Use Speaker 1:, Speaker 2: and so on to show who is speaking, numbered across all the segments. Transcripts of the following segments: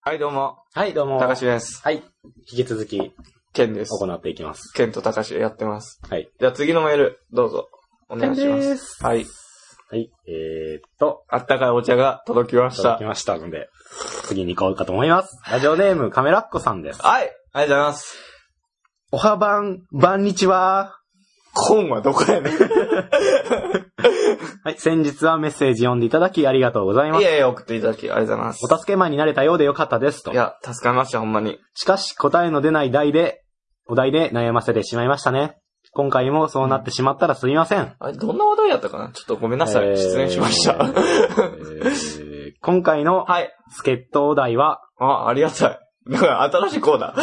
Speaker 1: はい、どうも。
Speaker 2: はい、どうも。
Speaker 1: たかしです。
Speaker 2: はい。引き続き、
Speaker 1: ケンです。
Speaker 2: 行っていきます。
Speaker 1: ケンとたかしやってます。
Speaker 2: はい。
Speaker 1: じゃあ次のメール、どうぞ。お願いしま。
Speaker 2: ケンです
Speaker 1: はい。
Speaker 2: はい。えー、っと、
Speaker 1: あったかいお茶が届きま
Speaker 2: い
Speaker 1: した
Speaker 2: だ
Speaker 1: た
Speaker 2: き。ましたので、次に行こうかと思います。ラジオネーム、カメラっ子さんです。
Speaker 1: はい。ありがとうございます。
Speaker 2: おはばん、ばんにちは。
Speaker 1: コンはどこやねん。
Speaker 2: はい、先日はメッセージ読んでいただきありがとうございま
Speaker 1: い
Speaker 2: す。
Speaker 1: やいや、送っていただき、ありがとうございます
Speaker 2: お。助け前になれたようでよかったですと
Speaker 1: い。や、助かりました、ほんまに。
Speaker 2: しかし、答えの出ない題で、お題で悩ませてしまいましたね。今回もそうなってしまったらすみません。
Speaker 1: あれ、どんな話題やったかなちょっとごめんなさ
Speaker 2: え
Speaker 1: い。
Speaker 2: ー
Speaker 1: 失礼しました。
Speaker 2: えー今回の
Speaker 1: はい。
Speaker 2: 助っ人お題は、
Speaker 1: あ、ありがたい。なんか、新しいコーナー。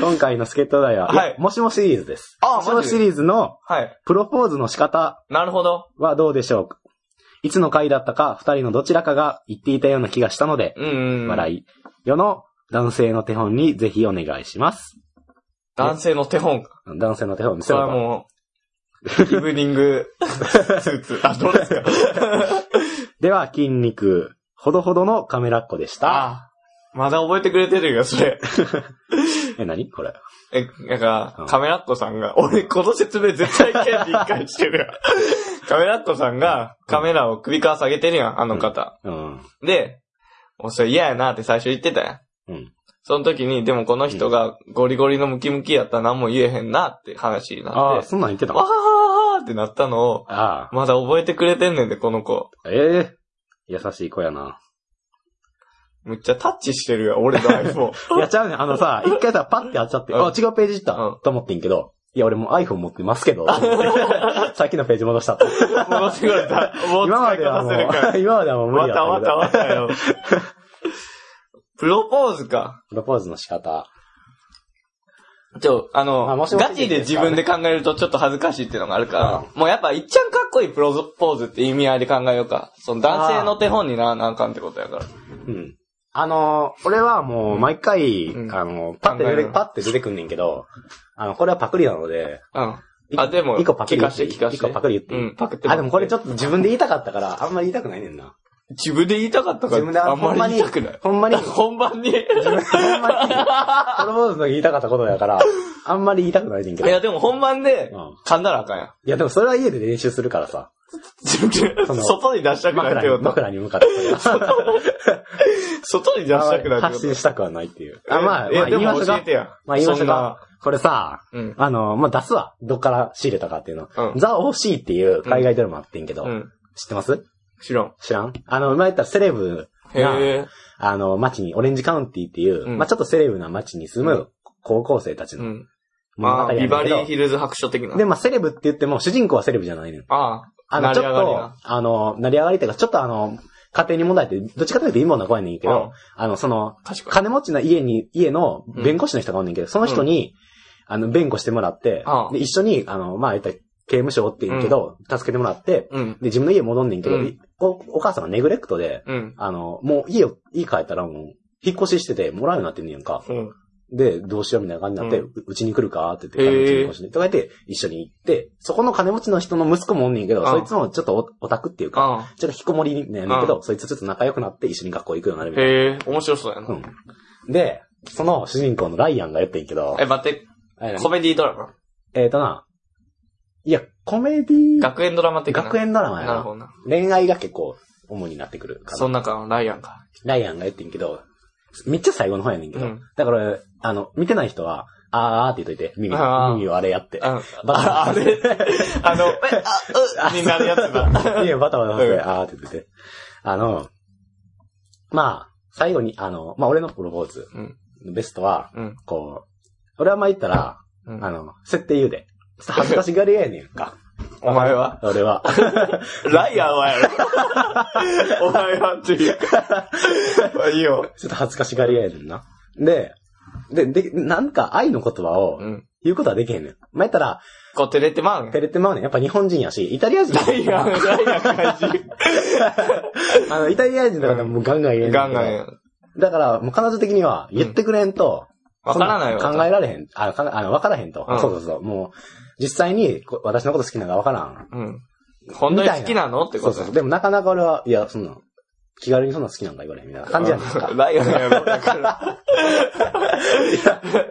Speaker 2: 今回の助っ人お題は、
Speaker 1: はい
Speaker 2: いやもしもシリーズです。
Speaker 1: あ
Speaker 2: もしも
Speaker 1: マジで
Speaker 2: シリーズの
Speaker 1: はい。
Speaker 2: プロポーズの仕方
Speaker 1: なるほど。
Speaker 2: はどうでしょうかいつの回だったか、二人のどちらかが言っていたような気がしたので、
Speaker 1: うんうん。
Speaker 2: 笑い世の男性の手本にぜひお願いします。
Speaker 1: 男性の手本。
Speaker 2: 男性の手本見せ
Speaker 1: それ
Speaker 2: れ
Speaker 1: は
Speaker 2: ば。
Speaker 1: もう、イブニングスーツ。あ、どうですか
Speaker 2: では、筋肉、ほどほどのカメラっ子でした。
Speaker 1: あまだ覚えてくれてるよ、それ。
Speaker 2: え、何これ。
Speaker 1: え、なん
Speaker 2: う
Speaker 1: か
Speaker 2: ん、
Speaker 1: カメラっ子さんが、俺、この説明絶対権利一回して るやん。カメラっ子さんが、カメラを首から下げてるやん、あの方。
Speaker 2: うん。
Speaker 1: で、おそれ嫌やなって最初言ってたやん。
Speaker 2: うん。
Speaker 1: その時に、でもこの人がゴリゴリのムキムキやったら何も言えへんなって話になって、
Speaker 2: ああ、
Speaker 1: わ
Speaker 2: そんなん言ってた
Speaker 1: は
Speaker 2: の
Speaker 1: ははってなったのを、
Speaker 2: あ
Speaker 1: まだ覚えてくれてんねんで、この子。
Speaker 2: あ、ええ優しい子やな。
Speaker 1: むっちゃタッチしてるやん、俺の iPhone。
Speaker 2: いや、ちゃうねん。あのさ、一回さ、パッてやっちゃって、
Speaker 1: うん
Speaker 2: あ、違うページ行った、
Speaker 1: うん
Speaker 2: と思ってんけど、いや、俺もう iPhone 持ってますけど、と思 ってさっきのページ戻したと。
Speaker 1: 戻ってくれた。もう
Speaker 2: 今
Speaker 1: 使
Speaker 2: ま
Speaker 1: い
Speaker 2: で
Speaker 1: こ
Speaker 2: は
Speaker 1: な
Speaker 2: も
Speaker 1: せるから。
Speaker 2: う、今まではもう無
Speaker 1: ま
Speaker 2: 理だ
Speaker 1: た
Speaker 2: った
Speaker 1: ま
Speaker 2: けど
Speaker 1: たまたよ。プロポーズか。
Speaker 2: プロポーズの仕方。
Speaker 1: ちょ、あの、
Speaker 2: あもしもし
Speaker 1: ガチで自分で考えるとちょっと恥ずかしいっていうのがあるから、もうやっぱいっちゃんかっこいいプロポーズって意味合いで考えようか。その男性の手本にならなあかんってことやから。
Speaker 2: うん。あのー、俺はもう、毎回、
Speaker 1: うん
Speaker 2: あのー、パッて出
Speaker 1: 考え
Speaker 2: て、
Speaker 1: る
Speaker 2: パッて出てくんねんけど、あの、これはパクリなので、
Speaker 1: うん。あ、でも、
Speaker 2: 一個パ
Speaker 1: 聞
Speaker 2: クリ
Speaker 1: か
Speaker 2: 言
Speaker 1: して
Speaker 2: って
Speaker 1: 聞かして。
Speaker 2: 一個パクリ言っていい
Speaker 1: うん、パクって。
Speaker 2: あ、でもこれち
Speaker 1: っ
Speaker 2: ょ
Speaker 1: と。
Speaker 2: っと自分で言いたかったから、あんまり言いたくないねんな。
Speaker 1: 自分で言いたかったか
Speaker 2: 自分で
Speaker 1: ら、あんま
Speaker 2: ほん
Speaker 1: り
Speaker 2: ま
Speaker 1: 言い
Speaker 2: に
Speaker 1: たくない、。
Speaker 2: ほんまに、ほん
Speaker 1: 本番に。い
Speaker 2: まに、プロポーズの言いたかったことやから、あんまり言いたくないねんけど。
Speaker 1: や、でも本番で
Speaker 2: うん、
Speaker 1: 噛んだらあかんやん。
Speaker 2: いや、でもそれは家で練習するからさ。
Speaker 1: 自分で
Speaker 2: その
Speaker 1: 外に出したくないっ
Speaker 2: 枕
Speaker 1: てこ
Speaker 2: に、
Speaker 1: と。
Speaker 2: 枕に向かって。
Speaker 1: 外に出したくないってこ
Speaker 2: 発
Speaker 1: と
Speaker 2: 信。したくはないっていう。あ、まあ、
Speaker 1: え
Speaker 2: まあ、
Speaker 1: で
Speaker 2: 言いま
Speaker 1: も
Speaker 2: し
Speaker 1: 教
Speaker 2: た
Speaker 1: え
Speaker 2: が
Speaker 1: て。や。
Speaker 2: まあ、言いました
Speaker 1: そんな
Speaker 2: が、これさ、
Speaker 1: うん
Speaker 2: あの、まあ、出すわ。どっから仕入れたかっていうの。
Speaker 1: うん
Speaker 2: ザ・オーシーっていう海外ドラマあってんけど、
Speaker 1: うん。
Speaker 2: 知ってます
Speaker 1: 知らん。
Speaker 2: 知らんあの、前言ったらセレブ
Speaker 1: へ
Speaker 2: な、
Speaker 1: え。
Speaker 2: あの、町に、オレンジカウンティっていう、
Speaker 1: うん
Speaker 2: まあ、ちょっとセレブな町に住
Speaker 1: う
Speaker 2: む高校生たち
Speaker 1: う
Speaker 2: の
Speaker 1: ん。
Speaker 2: 物
Speaker 1: ま
Speaker 2: 語
Speaker 1: あ、
Speaker 2: や
Speaker 1: ビ
Speaker 2: ねんけど、
Speaker 1: バリーヒルズ白書的な。
Speaker 2: で、まあ、セレブって言っても、主人公はセレブじゃないねん。
Speaker 1: ああ、
Speaker 2: あの、
Speaker 1: 成
Speaker 2: ち
Speaker 1: り
Speaker 2: ょっ
Speaker 1: 上がり
Speaker 2: と
Speaker 1: な。、
Speaker 2: あの、成り上がりっていうか、ちょっとあの、家庭に問題って、どっちかというと貧乏な子やねんけ
Speaker 1: うん
Speaker 2: ど、あの、その、
Speaker 1: 確かに。
Speaker 2: 金持ちの家に、家の弁護士の人がおんねんけど、その人に、あの、弁護してもらって
Speaker 1: あ、あ
Speaker 2: で一緒に、あの、まあ、言ったら刑務所って言うけど、助けてもらって、
Speaker 1: うん。
Speaker 2: で、自分の家戻んねんけど、
Speaker 1: うん
Speaker 2: いおお母さんがネグレクトで、
Speaker 1: うん。
Speaker 2: あの、もう家を、家帰ったらもう、引っ越ししてて、もらうようになってんねやんか。
Speaker 1: うん。
Speaker 2: で、どうしようみたいな感じになって、
Speaker 1: う
Speaker 2: ううちに来るかって
Speaker 1: へ
Speaker 2: 言っ
Speaker 1: え
Speaker 2: て、うちに引っ越して、とか言って、一緒に行って、そこの金持ちの人の息子もおんねんけど、
Speaker 1: ああ
Speaker 2: そいつもちょっとオオタクっていうか、
Speaker 1: あ
Speaker 2: ちょっと引きこもりなんやねんけど、そいつとちょっと仲良くなって一緒に学校行くようになるみ
Speaker 1: あ。
Speaker 2: たいな。
Speaker 1: へえ、面白そうやな。
Speaker 2: うん。で、その主人公のライアンがやってんけど
Speaker 1: え、、待って、
Speaker 2: え
Speaker 1: コメディドラマ
Speaker 2: えーとな、いや、コメディ
Speaker 1: 学園ドラマ的な。
Speaker 2: 学園ドラマや
Speaker 1: なるほ
Speaker 2: な。
Speaker 1: どな。
Speaker 2: 恋愛が結構主になってくるか
Speaker 1: そ
Speaker 2: ら。
Speaker 1: の中のライアンか。
Speaker 2: ライアンがやってんけど、めっちゃ最後の方やねんけど、
Speaker 1: うん
Speaker 2: だから、あの、見てない人は、あーあーって言っといて、耳、
Speaker 1: あー
Speaker 2: 耳をあれやって。
Speaker 1: あ
Speaker 2: バタ
Speaker 1: あ、あ
Speaker 2: バタ
Speaker 1: れ あの、え、 あ、う、になるやつだ。
Speaker 2: いや、バタバタして、
Speaker 1: うん
Speaker 2: あーって言ってて。あの、まあ、最後に、あの、まあ、俺のプロポーズ
Speaker 1: うん。
Speaker 2: のベストは、
Speaker 1: うん。
Speaker 2: こう、俺はまあ言ったら、
Speaker 1: うん
Speaker 2: あの、設定言うで。ちょっと恥ずかしがり屋やねん か。
Speaker 1: お前は
Speaker 2: 俺は。
Speaker 1: ライアンはや ろ。お前はっていうか。まあいいよ。
Speaker 2: ちょっと恥ずかしがり屋やねんな。で、で、で、なんか愛の言葉を
Speaker 1: うん。
Speaker 2: 言うことはできへんねん。まあ、言ったら、
Speaker 1: こう照れてまうね。
Speaker 2: 照れてまうねん。やっぱ日本人やし、イタリア人。
Speaker 1: ライアン、ライアン怪
Speaker 2: あの、イタリア人だからもうガンガン言えんね
Speaker 1: 人。
Speaker 2: んけ
Speaker 1: ガ
Speaker 2: ど
Speaker 1: ンガンや。
Speaker 2: だから、もう彼女的には、言ってくれんと、
Speaker 1: わからないわ。
Speaker 2: そん考えられへん。あ、かあの、わからへんと。
Speaker 1: うん
Speaker 2: そうそうそう。もう、実際に、こ私のこと好きなのがわからん。
Speaker 1: うん。本当に好きなのってこ
Speaker 2: そう
Speaker 1: と
Speaker 2: そう。
Speaker 1: だ。
Speaker 2: でもなかなか俺は、いや、そんなん、気軽にそんな好きなんか言われへんみたいな感じやんですか。
Speaker 1: ないよね、だから。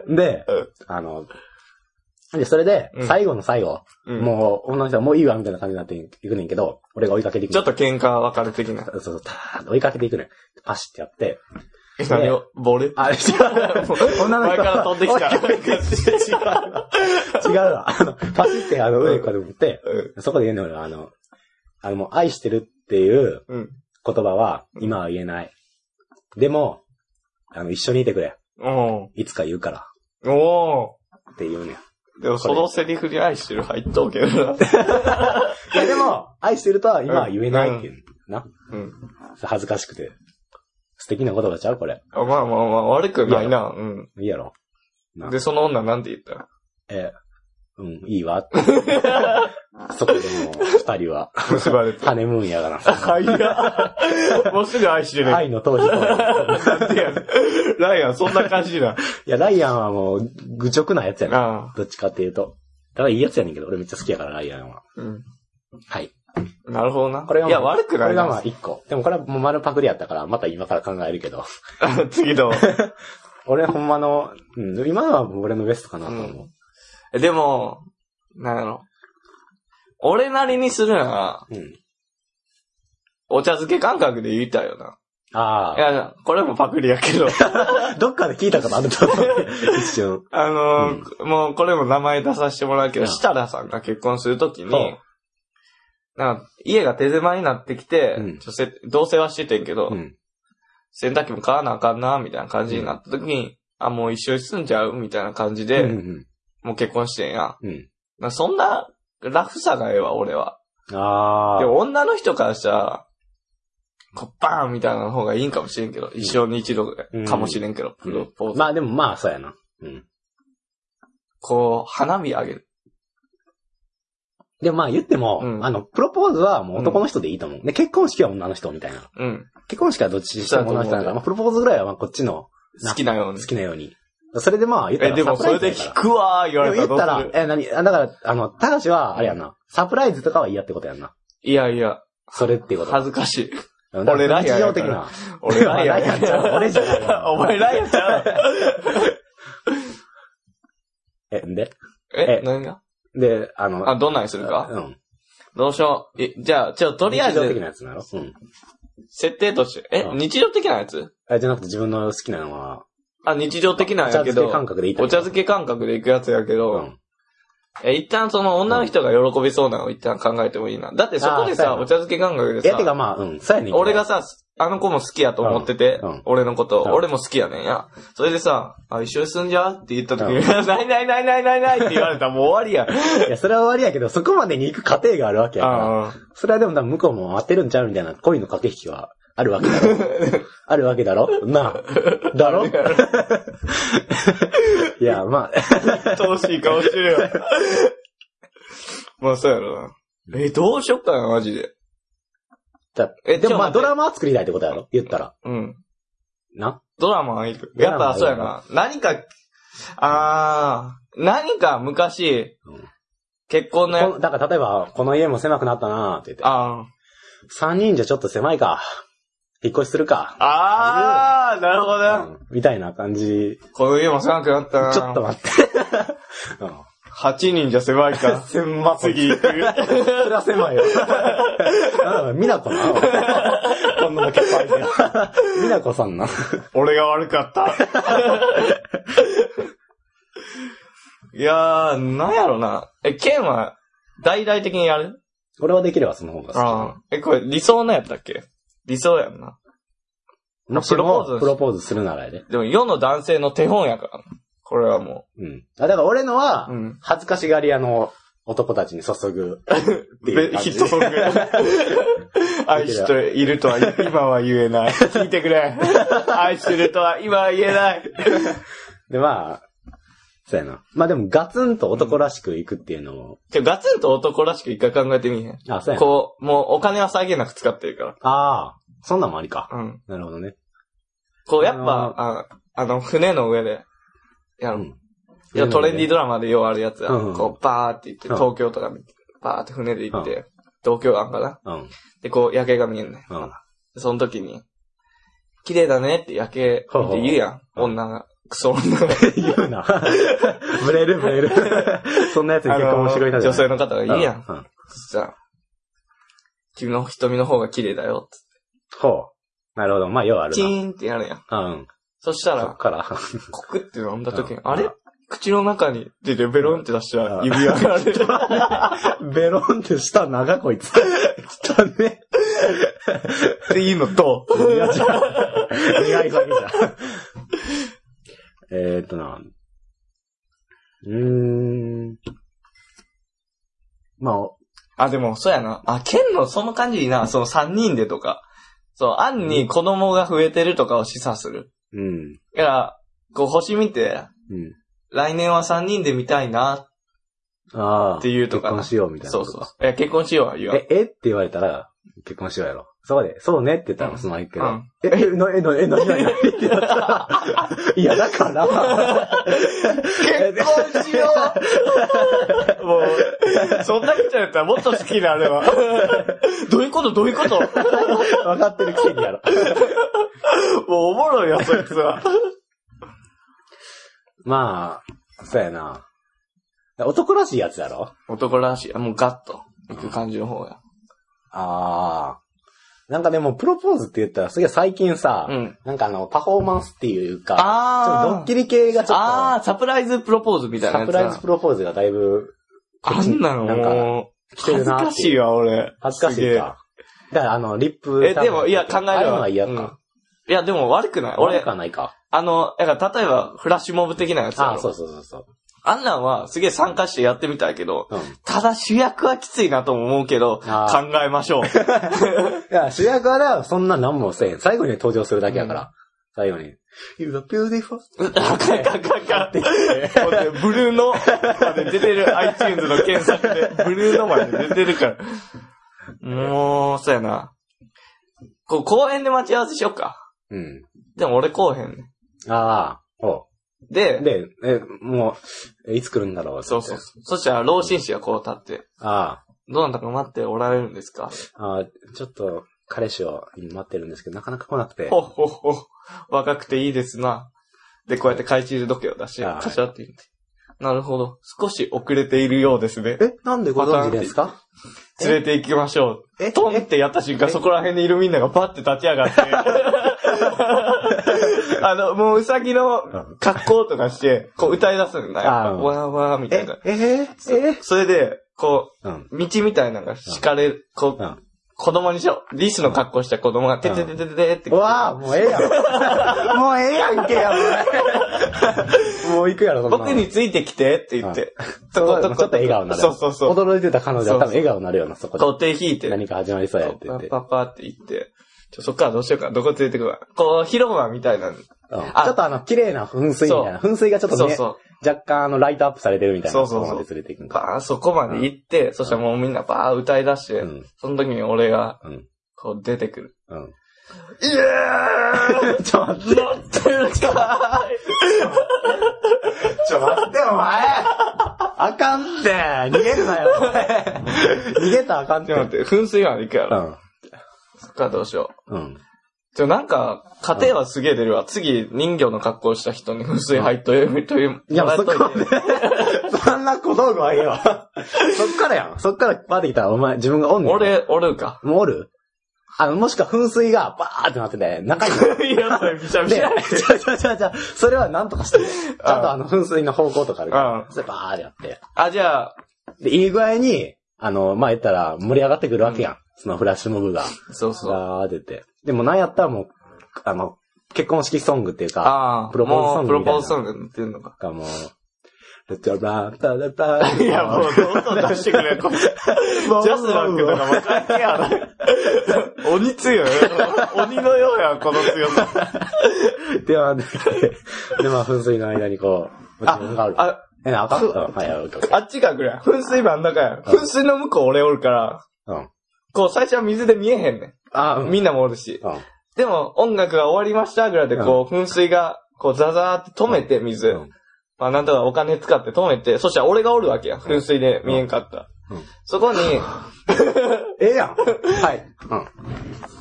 Speaker 2: で
Speaker 1: うん、
Speaker 2: あの、で、それで
Speaker 1: う、ん
Speaker 2: 最後の最後、
Speaker 1: うん
Speaker 2: もう、女の人はもういいわ、みたいな感じになっていくねんけど、俺が追いかけていく
Speaker 1: ち
Speaker 2: ね
Speaker 1: ょ
Speaker 2: ん。
Speaker 1: っと喧嘩分かる的な。
Speaker 2: そうそう、たーっと追いかけていくねん。パシってやって、
Speaker 1: え、何を、ボレ
Speaker 2: あ、違う。女の
Speaker 1: 前
Speaker 2: 人
Speaker 1: から飛んできた。
Speaker 2: 違うわ。あの、パシって、あの、上にこうやって持って、
Speaker 1: う。
Speaker 2: そこで言うのが、あの、あの、もう、愛してるっていうん
Speaker 1: うん。
Speaker 2: 言葉は、今は言えない。でも、あの、一緒にいてくれ。
Speaker 1: お
Speaker 2: いつか言うから。
Speaker 1: ーお
Speaker 2: って言うねん。
Speaker 1: ーでもそのセリフに愛してる入っとうけどな。
Speaker 2: いや、でも、愛してるとは今は言えないっていう。な。
Speaker 1: うん。
Speaker 2: 恥ずかしくて。素敵な言葉ちゃうこれ。
Speaker 1: あまあまあまあ、悪くないな。うん。
Speaker 2: いいやろ。な
Speaker 1: で、その女なんて言った
Speaker 2: えー、うん、い いわ。そこでもう、二人は、
Speaker 1: 結ば れて。
Speaker 2: ハネムーンやがな。
Speaker 1: 愛が。 もうすぐ愛してる。
Speaker 2: 愛の逃避行。
Speaker 1: なんでやねんライアン、そんな感じだ。
Speaker 2: いや、ライアンはもう、愚直なやつやな。
Speaker 1: ああ。
Speaker 2: どっちかっていうと。ただいいやつやねんけど、俺めっちゃ好きやから、ライアンは。
Speaker 1: うん。
Speaker 2: はい。
Speaker 1: なるほどな。
Speaker 2: これはい
Speaker 1: や、悪く
Speaker 2: こ
Speaker 1: ない
Speaker 2: れがま
Speaker 1: な
Speaker 2: あ。一個。でもこれはもう丸パクリやったから、また今から考えるけど。
Speaker 1: 次の。
Speaker 2: 俺ほんまの、うん、今のは俺のベストかなと思う。
Speaker 1: えでも、なんやろ。俺なりにするなら、
Speaker 2: うん。
Speaker 1: お茶漬け感覚で言いたいよな。い
Speaker 2: あ
Speaker 1: や、これもパクリやけ ど。
Speaker 2: あ。どっかで聞いたことあると思 う。一瞬。
Speaker 1: あのーもうこれも名前出させてもらうけど、
Speaker 2: うん
Speaker 1: 設楽さんが結婚するとき
Speaker 2: そう
Speaker 1: に、なんか家が手狭になってきて、
Speaker 2: うん
Speaker 1: ちょせ同棲はしててんけど、
Speaker 2: うん。
Speaker 1: 洗濯機も買わなあかんな、みたいな感じになったときに、あ、もう一緒に住んじゃうみたいな感じで、
Speaker 2: うんうん
Speaker 1: もう結婚してんや。
Speaker 2: うん。うん。
Speaker 1: なんかそんな、ラフさがええわ、俺は。
Speaker 2: ああ。
Speaker 1: でも女の人からしたら、こうバーンみたいなの方がいいんかもしれんけど、一生に一度かもしれんけど、プロポーズ。
Speaker 2: まあでもまあ、そうやな。うん。
Speaker 1: こう、花火あげる。
Speaker 2: でもまあ言っても、
Speaker 1: うん
Speaker 2: あの、プロポーズはもう男の人でいいと思う。で、結婚式は女の人みたいな。
Speaker 1: うん。
Speaker 2: 結婚式はどっちにしても女の人だから、まあプロポーズぐらいはまあこっちの
Speaker 1: 好きなように
Speaker 2: 好。きなように。それでまあ言った
Speaker 1: え、
Speaker 2: ら
Speaker 1: でも
Speaker 2: サプ
Speaker 1: そ
Speaker 2: ラ
Speaker 1: れ
Speaker 2: イズ
Speaker 1: で
Speaker 2: やから。
Speaker 1: 引くわー言われた
Speaker 2: で
Speaker 1: ら
Speaker 2: も
Speaker 1: ど
Speaker 2: 言
Speaker 1: う
Speaker 2: った
Speaker 1: す
Speaker 2: ら、
Speaker 1: る
Speaker 2: え、何だから、あの、たかしは、あれやな、サプライズとかは嫌ってことやんな。
Speaker 1: いやいや、
Speaker 2: それっていうこと。
Speaker 1: 恥ずかしい。
Speaker 2: うんだから
Speaker 1: 俺ライアン
Speaker 2: 日
Speaker 1: や
Speaker 2: 常
Speaker 1: か
Speaker 2: 的
Speaker 1: ら
Speaker 2: な。
Speaker 1: 俺ライアンや
Speaker 2: ライアンちゃう俺じゃないわ
Speaker 1: お前ライアンちゃう
Speaker 2: え、で
Speaker 1: え
Speaker 2: え、
Speaker 1: 何が
Speaker 2: で、あの、
Speaker 1: あ、どんなんにするか
Speaker 2: うん。
Speaker 1: どうしよう。え、じゃあ、ちょ、とりあえ
Speaker 2: 日常的
Speaker 1: ず、
Speaker 2: なやつなのうん。
Speaker 1: 設定として。え、
Speaker 2: うん
Speaker 1: 日常的なやつ
Speaker 2: あじゃなくて自分の好きなのは、
Speaker 1: あ、日常的なん
Speaker 2: お茶
Speaker 1: やけ
Speaker 2: 漬
Speaker 1: ど、
Speaker 2: け感覚でいいと
Speaker 1: お
Speaker 2: 思う
Speaker 1: 茶漬け感覚で行くやつやけど、
Speaker 2: うん。
Speaker 1: え、一旦その女の人が喜びそうなのを一旦考えてもいいな。だってそこで
Speaker 2: あーそうや
Speaker 1: さ、
Speaker 2: な
Speaker 1: お茶漬け感覚で
Speaker 2: いや、て
Speaker 1: さ、
Speaker 2: かまあ、うん、そうやねんけど。
Speaker 1: 俺がさ、あの子も好きやと思ってて、
Speaker 2: うんうん
Speaker 1: 俺のこと、
Speaker 2: うん
Speaker 1: 俺も好きやねんや。それでさ、あ、一緒に住んじゃうって言った時に、 ないないないないないないって言われたらもう終わりや。
Speaker 2: いや、それは終わりやけど、そこまでに行く過程があるわけやから。
Speaker 1: あ
Speaker 2: それはでも多分向こうも当てるんちゃうみたいな恋の駆け引きはあるわけ だろ。あるわけだろなあ。だろ いや、まあ、
Speaker 1: あ、楽しい顔してるよ。 まあそうやろな。え、どうしよっかな、マジで。
Speaker 2: だ
Speaker 1: え
Speaker 2: でもまあ
Speaker 1: ちょ
Speaker 2: ド
Speaker 1: っと待って
Speaker 2: ラマは作りたいってことやろ言ったら。
Speaker 1: うん。
Speaker 2: な
Speaker 1: ドラマはいる。
Speaker 2: ド
Speaker 1: やっ
Speaker 2: ラマ
Speaker 1: ぱ
Speaker 2: はい
Speaker 1: そ
Speaker 2: る
Speaker 1: うやな。何か、あー、何か昔
Speaker 2: うん、
Speaker 1: 結婚のや
Speaker 2: このだから例えば、この家も狭くなったなって言って。
Speaker 1: あ
Speaker 2: 三人じゃちょっと狭いか。引っ越しするか
Speaker 1: あ。。ああ、なるほど
Speaker 2: う
Speaker 1: な。
Speaker 2: んみたいな感じ。
Speaker 1: この家も狭くなったな。
Speaker 2: ちょっと。待って。 うん。
Speaker 1: 8人じゃ狭いか
Speaker 2: 狭す
Speaker 1: 次行く。
Speaker 2: それは狭い よ。うん美奈子 なのこんなの結構ある けど。美奈子さんな。
Speaker 1: 俺が悪かった。いやー、なんやろな。え、ケンは、大々的にやる
Speaker 2: 俺はできればその方が好
Speaker 1: ああ。え、これ理想のやったっけ理想やんな。
Speaker 2: き。もし
Speaker 1: プロポー
Speaker 2: も
Speaker 1: ズ、
Speaker 2: プロポーズするならやで。
Speaker 1: でも世の男性の手本やからな。これはも
Speaker 2: うん。あ、だから俺のは
Speaker 1: う。、ん。
Speaker 2: 恥ずかしがり屋の男たちに注ぐ。ってい
Speaker 1: で、
Speaker 2: う感
Speaker 1: ヒ
Speaker 2: じ
Speaker 1: ットソング。愛しているとは今は言えない。聞いてく れ。愛してるとは今は言えない。
Speaker 2: で、まあ、そうやな。まあでもガツンと男らしくいくっていうのも、
Speaker 1: でもガツンと男らしく一回考えてみへん。
Speaker 2: あ、そうやな。
Speaker 1: こう、もうお金は際限なく使ってるか
Speaker 2: ああ、そんなんもありか。
Speaker 1: ら。うん。
Speaker 2: なるほどね。
Speaker 1: こう、やっぱ、ああの、船の上で、いや、
Speaker 2: うん
Speaker 1: いやトレンディードラマでようあるやつや。
Speaker 2: うん
Speaker 1: こう、バーって行って、
Speaker 2: うん
Speaker 1: 東京とか見て、バーって船で行って、東京湾かな。
Speaker 2: うん。
Speaker 1: で、こう、夜景が見えんね。
Speaker 2: うん。
Speaker 1: その時に、綺麗だねって夜景見て言うやん。
Speaker 2: ほうほう
Speaker 1: 女が、クソ女が。
Speaker 2: 言うな。 ブレるブレる。 そんなやつに結婚してくれたじゃ
Speaker 1: 女
Speaker 2: ん。
Speaker 1: 性の方が言うやん。
Speaker 2: うん。うん
Speaker 1: そしたら、君の瞳の方が綺麗だよっ
Speaker 2: ほう。なるほど。まあ、ようあ
Speaker 1: て。
Speaker 2: る
Speaker 1: チーンってやるやん。
Speaker 2: な。うん。
Speaker 1: そした
Speaker 2: そっ
Speaker 1: ら、
Speaker 2: から。
Speaker 1: コクって飲んだ時に
Speaker 2: う、ん
Speaker 1: あれ口の中に、で、ベロンって出した
Speaker 2: う
Speaker 1: ら
Speaker 2: ん
Speaker 1: 指輪が出てる。
Speaker 2: ベロンって舌長こいつ。 汚ね。
Speaker 1: っていうのと、
Speaker 2: 苦いじゃん。苦いだけじゃん。えーっとな。うーん。まあ、
Speaker 1: あ、でも、そうやな。あ、剣のその感じいいな。その3人でとか。そう、案に子供が増えてるとかを示唆する。
Speaker 2: うん。
Speaker 1: だから、こう星見て、
Speaker 2: うん。
Speaker 1: 来年は3人で見たいな。
Speaker 2: ああ。
Speaker 1: っていうとか
Speaker 2: 結婚しようみたいな
Speaker 1: そ
Speaker 2: こ
Speaker 1: う
Speaker 2: と
Speaker 1: そ
Speaker 2: か。
Speaker 1: う。いや、結婚しようは言わん。
Speaker 2: え、えって言われたら、結婚しようやろ。そうで、そうねって言ったらそのまま行くけど。
Speaker 1: うん
Speaker 2: え、え、な、え、な、え、な、な、な、ってなったら。いや、だから。
Speaker 1: 結婚しようもう、そんな人やったらもっと好きな、あれは。どういうことどういうこともう
Speaker 2: 分かってるくせにやろ。
Speaker 1: おもろいよ、そいつは。
Speaker 2: まあ、そうやな。男らしいやつやろ
Speaker 1: 男らしい。もうガッと、いく感じの方や。
Speaker 2: ああ。なんかでも、プロポーズって言ったら、すげえ最近さ、
Speaker 1: うん
Speaker 2: なんかあの、パフォーマンスっていうか、ちょっ
Speaker 1: あ
Speaker 2: と
Speaker 1: ー。
Speaker 2: ドッキリ系がちょっ
Speaker 1: あー、サプライズプロポーズみた
Speaker 2: と、
Speaker 1: いなやつ
Speaker 2: サプ
Speaker 1: な
Speaker 2: ライズプロポーズがだいぶ、
Speaker 1: あんなの
Speaker 2: なんか
Speaker 1: もう、
Speaker 2: 来てるなっ
Speaker 1: 恥ずか
Speaker 2: ていう
Speaker 1: しいわ、俺。
Speaker 2: 恥ずかしいか。だからあの、リップ。
Speaker 1: えでもいや考えるわ
Speaker 2: ああいうのは嫌
Speaker 1: うん
Speaker 2: か。
Speaker 1: すげえ。いや、でも悪くない
Speaker 2: 俺
Speaker 1: 俺、
Speaker 2: かないか。
Speaker 1: あの、だから例えば、フラッシュモブ的なやつやろ
Speaker 2: ああ、そうそうそうそう。
Speaker 1: あんなんは、すげえ参加してやってみたいけど、
Speaker 2: うん。い
Speaker 1: ただ主役はきついなとも思うけど、
Speaker 2: あ
Speaker 1: 考
Speaker 2: ー
Speaker 1: えましょう。
Speaker 2: や、主役はなそんな何もせえへん。最後に登場するだけやから。最後に。You are beautiful.
Speaker 1: あかんかんかんかん。ほんでブルーノまで出てる iTunes の検索で、ブルーノまで出てるから。もう、そうやな。こう、公園で待ち合わせしようか。
Speaker 2: うん。
Speaker 1: でも俺来おへんねん。
Speaker 2: ああ、おう
Speaker 1: で、
Speaker 2: で、え、もう、えいつ来るんだろう
Speaker 1: そうそう
Speaker 2: って
Speaker 1: そう。そしたら、老紳士がこう立って、
Speaker 2: あ
Speaker 1: どなたか待っておられるんですか
Speaker 2: あ、ああ、ちょっと、彼氏を今待ってるんですけど、なかなか来なくて。
Speaker 1: ほっほっほ。若くていいですな。で、こうやって懐中時計を出して、
Speaker 2: はい
Speaker 1: カシャって言って。なるほど。少し遅れているようですね。
Speaker 2: え、なんでご存知ですかえ
Speaker 1: 連れて行きましょう。
Speaker 2: え
Speaker 1: トンってやった瞬間、そこら辺にいるみんながパッて立ち上が って。あの、もううさぎの格好とかして、こう歌い出すんだよ。
Speaker 2: ああうん
Speaker 1: わーわーみたい
Speaker 2: え
Speaker 1: な、。
Speaker 2: えー、えー、
Speaker 1: それで、こ
Speaker 2: うん。
Speaker 1: う、道みたいなのが敷かれ、こ
Speaker 2: う
Speaker 1: う、
Speaker 2: ん。
Speaker 1: 子供にしよう。リスの格好した子供が、ててててててって。
Speaker 2: うわあ、もうえ えやん。もうええやんけや、お前もう行くやろ、そんなの
Speaker 1: 僕についてきてって言って。
Speaker 2: そうだねちょっと笑顔になる。
Speaker 1: そうそうそう。
Speaker 2: 驚いてた彼女は多分笑顔になるような、そこで
Speaker 1: こ。う手引いて。
Speaker 2: 何か始まりそうやって言って。うん
Speaker 1: パパパって言って。ちょそっからどうしようか。どこ連れてくわ。こう、広場みたいなの。
Speaker 2: ちょっとあの、綺麗な噴水みたいな。噴水がちょっと
Speaker 1: そう
Speaker 2: ね、
Speaker 1: そう。
Speaker 2: 若干あの、ライトアップされてるみたいな
Speaker 1: そう
Speaker 2: と
Speaker 1: そうそう
Speaker 2: こまで連れていくんか。
Speaker 1: バーンそこまで行って、そしたらもうみんなバーン歌い出して、
Speaker 2: うん
Speaker 1: その時に俺が、
Speaker 2: うん。
Speaker 1: こう出てくる。
Speaker 2: うん。
Speaker 1: イエーイ
Speaker 2: ちょ、待って、
Speaker 1: 乗ってるか
Speaker 2: ちょ、待って、お前あかんって逃げるなよ、お前逃げたらあかんっ
Speaker 1: い
Speaker 2: て。
Speaker 1: ちょっと待って、噴水まで行くや
Speaker 2: う
Speaker 1: ろ。
Speaker 2: ん。
Speaker 1: そっからどうしよう。
Speaker 2: うん。
Speaker 1: ちょ、なんか、家庭はすげえ出るわ。次、人魚の格好した人に噴水入っといて、という、
Speaker 2: いや、そ
Speaker 1: もらっ
Speaker 2: こと
Speaker 1: い
Speaker 2: で
Speaker 1: て、
Speaker 2: そんな小道具はいいわ。そっからやん。そっからバーってきたら、お前、自分がおんねん。、
Speaker 1: 俺、おるか。
Speaker 2: もうおるあの、もしくは噴水がバーってなってて、中に。
Speaker 1: いや、それびちゃび
Speaker 2: で、
Speaker 1: ち
Speaker 2: ち
Speaker 1: ゃ
Speaker 2: ゃ。うちゃうちゃうちゃう、それはなんとかしてる。ちゃんとあの、噴水の方向とかあるから
Speaker 1: う。
Speaker 2: それバーってやって。
Speaker 1: あ、じゃあ、
Speaker 2: で、いい具合に、あの、まあ、言ったら盛り上がってくるわけやん。そのフラッシュモブが。
Speaker 1: そうそう。
Speaker 2: バーってて。でもなんやったらもう、あの、結婚式ソングっていうか、
Speaker 1: ああ、
Speaker 2: プロポーズソング
Speaker 1: もうプロポーズソングっていうのか。
Speaker 2: がもう、ルッチャランタラタ
Speaker 1: いや、もう、どんどん出してく れ。ジャスラックとかも関係ある。鬼強いよ。鬼のようやん、この強さ。
Speaker 2: で、まあ、で、 でまあ、噴水の間にこう、自分がある。
Speaker 1: あ、
Speaker 2: え、なあかん
Speaker 1: ふ
Speaker 2: うんはい、はい、OK
Speaker 1: あっちがくれ。噴水真ん中やん。噴水の向こう俺おるから、
Speaker 2: うん。
Speaker 1: こう最初は水で見えへんね。
Speaker 2: あ、うんん。
Speaker 1: みんなもおるし。
Speaker 2: うん。
Speaker 1: でも音楽が終わりましたぐらいでこう噴水がこうザザーって止めて水。
Speaker 2: うん
Speaker 1: まあなんとかお金使って止めて、そしたら俺がおるわけやん。噴水で見えんかった。
Speaker 2: うん
Speaker 1: そこに、
Speaker 2: ええやん。はい。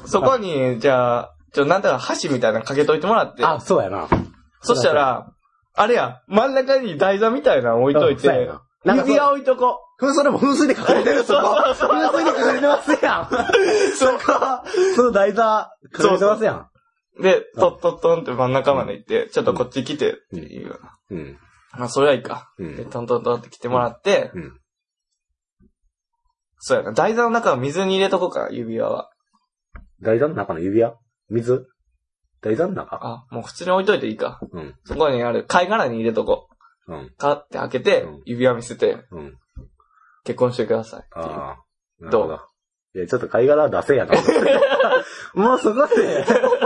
Speaker 1: そこに、じゃあ、ちょ、なんだか箸みたいなのかけといてもらって。
Speaker 2: あ、そうやな。
Speaker 1: そしたら、あれや、真ん中に台座みたいなの置いといて
Speaker 2: うんそうや、な。なんか
Speaker 1: 指輪置いとこ
Speaker 2: そ、 それも噴水で書かれてる、そこ。
Speaker 1: そうそうそう
Speaker 2: 噴水で書かれてますやん。そこ、その台座、書かれてますやん。
Speaker 1: う。で、トットットンって真ん中まで行って、ちょっとこっち来て、っていうような。
Speaker 2: うん。
Speaker 1: まあ、それはいいか。
Speaker 2: う
Speaker 1: で、
Speaker 2: ん。
Speaker 1: トントントンって来てもらって、
Speaker 2: うん。
Speaker 1: そうやな。台座の中は水に入れとこうか、指輪は。
Speaker 2: 台座の中の指輪水台座の中
Speaker 1: あ、もう普通に置いといていいか。
Speaker 2: うん。
Speaker 1: そこにある貝殻に入れとこう。
Speaker 2: うん。
Speaker 1: かって開けて
Speaker 2: うん、
Speaker 1: 指輪見せて、
Speaker 2: うん。
Speaker 1: 結婚してくださいっていう。
Speaker 2: ああ。
Speaker 1: どう
Speaker 2: なるほいや、ちょっと貝殻は出せやな。 もうそこで、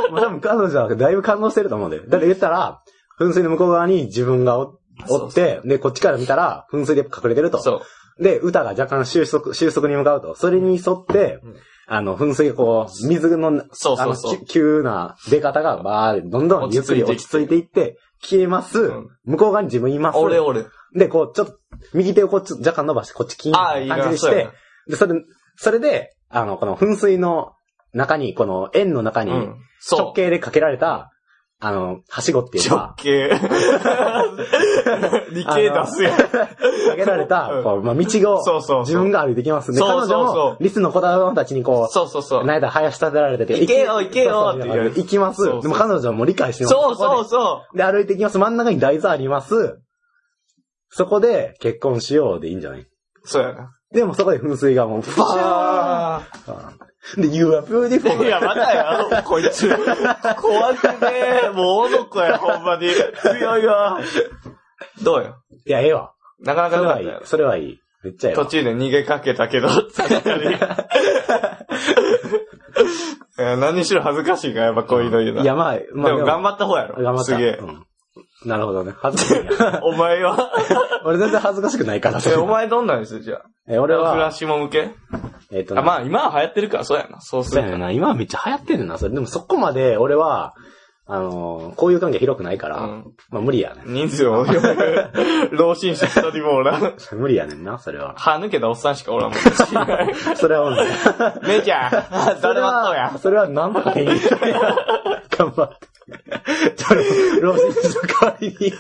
Speaker 2: もう多分彼女はだいぶ感動してると思うで。だって言ったら、噴水の向こう側に自分がおおって、で、こっちから見たら、噴水で隠れてると。
Speaker 1: そう。
Speaker 2: で、歌が若干収束、収束に向かうと。それに沿って、
Speaker 1: うん
Speaker 2: あの、噴水がこう、水の、
Speaker 1: そうそうそう
Speaker 2: あの、き急な出方がバーで、どんどんゆっくり落
Speaker 1: 落
Speaker 2: ち
Speaker 1: ち
Speaker 2: 着
Speaker 1: 着い
Speaker 2: いて
Speaker 1: て
Speaker 2: いって、消えます、
Speaker 1: うん
Speaker 2: 向こう側に自分います。
Speaker 1: 俺俺。
Speaker 2: で、こう、ちょっと、右手をこっち、若干伸ばして、こっちキーン
Speaker 1: ああ、い
Speaker 2: っ
Speaker 1: い
Speaker 2: て
Speaker 1: な
Speaker 2: 感じにし
Speaker 1: そうや
Speaker 2: て
Speaker 1: な、
Speaker 2: で、それ、それで、あの、この噴水の中に、この円の中に
Speaker 1: う、ん。そう。
Speaker 2: 直径でかけられた、あの、はしごっていう
Speaker 1: 直
Speaker 2: か、
Speaker 1: 径。 理系出すやん。
Speaker 2: かけられた
Speaker 1: う、ん
Speaker 2: こう、まあ、道を、
Speaker 1: そうそうそう
Speaker 2: 自分が歩いてきますね。
Speaker 1: そうそう
Speaker 2: 彼
Speaker 1: そう
Speaker 2: 女も、リスの子供たちにこ、
Speaker 1: そうそうそうう。
Speaker 2: なんだ、林立てられてて、
Speaker 1: 行けよ行けよ
Speaker 2: そ
Speaker 1: っ
Speaker 2: うそう
Speaker 1: て言う
Speaker 2: 行きます。
Speaker 1: そう
Speaker 2: で
Speaker 1: そう
Speaker 2: も彼女はもう理解してます。
Speaker 1: そうそう
Speaker 2: こ
Speaker 1: そ。
Speaker 2: こで。で、歩いていきます。真ん中に台座あります。そこで、結婚しようでいいんじゃないう
Speaker 1: そうやな。
Speaker 2: でもそこで噴水がもう、ふわ
Speaker 1: ああ。
Speaker 2: ーで、You are beautiful.
Speaker 1: いや、またや、こいつ。怖くねえ。もう男や、ほんまに。強いわ。どうよ。
Speaker 2: いや、ええわ。
Speaker 1: なかなか
Speaker 2: それ
Speaker 1: 良か
Speaker 2: は
Speaker 1: っ
Speaker 2: い
Speaker 1: た
Speaker 2: い
Speaker 1: よ。。
Speaker 2: それはいい。めっちゃええ
Speaker 1: 途
Speaker 2: わ。
Speaker 1: 中で逃げかけた けど、いや何しろ恥ずかしいから、やっぱこういうの言うの。
Speaker 2: いや、まあ、
Speaker 1: で
Speaker 2: まあ、
Speaker 1: も頑張った方やろ。
Speaker 2: 頑張った。
Speaker 1: すげえ
Speaker 2: う。んなるほどね。恥ずかしいな。
Speaker 1: お前 は
Speaker 2: 俺全然恥ずかしくないから。
Speaker 1: え、お前どんなんですじゃあ。
Speaker 2: え、俺
Speaker 1: フラッ
Speaker 2: は、
Speaker 1: シュも向け
Speaker 2: えっとね
Speaker 1: あ、まあ今は流行ってるから、そうやな。そうす
Speaker 2: そう
Speaker 1: る
Speaker 2: やねん
Speaker 1: か。
Speaker 2: な。今めっちゃ流行ってるな、それ。でもそこまで俺は、あのー、こういう関係広くないから、
Speaker 1: うん
Speaker 2: まあ無理やねん。
Speaker 1: 人数 多いよ。老人者一人もおらん。
Speaker 2: 無理やねんな、それは。
Speaker 1: 歯抜けたおっさんしかおらんもん。
Speaker 2: それ はもうね。
Speaker 1: 姉ちゃん、
Speaker 2: それ
Speaker 1: 誰まっとうや
Speaker 2: は、。それはなんとか変に。頑張って。ちょ老人の代わりに、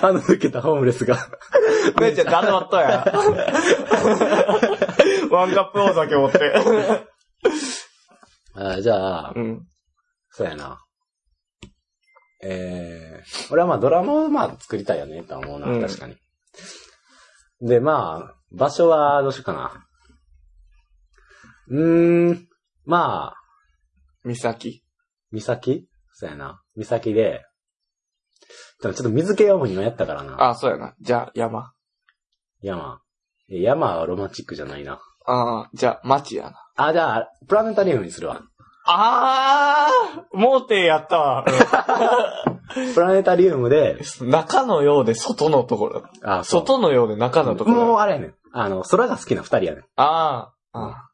Speaker 2: あの抜けたホームレスが。
Speaker 1: 姉ちゃん、誰まっとう や。ワンカップお酒持って。
Speaker 2: あじゃあ、
Speaker 1: うん。
Speaker 2: そうやな。えー、俺はまあドラマをまあ作りたいよね、とは思うな、
Speaker 1: うん
Speaker 2: 確かに。で、まあ、場所はどうしようかな。うーん、まあ、
Speaker 1: 美咲。
Speaker 2: 岬そうやな。岬で、でもちょっと水系はもう今やったからな。
Speaker 1: あ、そうやな。じゃあ、山。
Speaker 2: 山。え山はロマンチックじゃないな。
Speaker 1: ああ、じゃあ、町やな。
Speaker 2: あ、じゃあ、プラネタリウムにするわ。
Speaker 1: ああ盲点やったわ。
Speaker 2: プラネタリウムで、
Speaker 1: 中のようで外のところ。
Speaker 2: あ、そう
Speaker 1: 外のようで中のところ。
Speaker 2: もうあれやねん。あの、空が好きな二人やねん。
Speaker 1: ああ。あ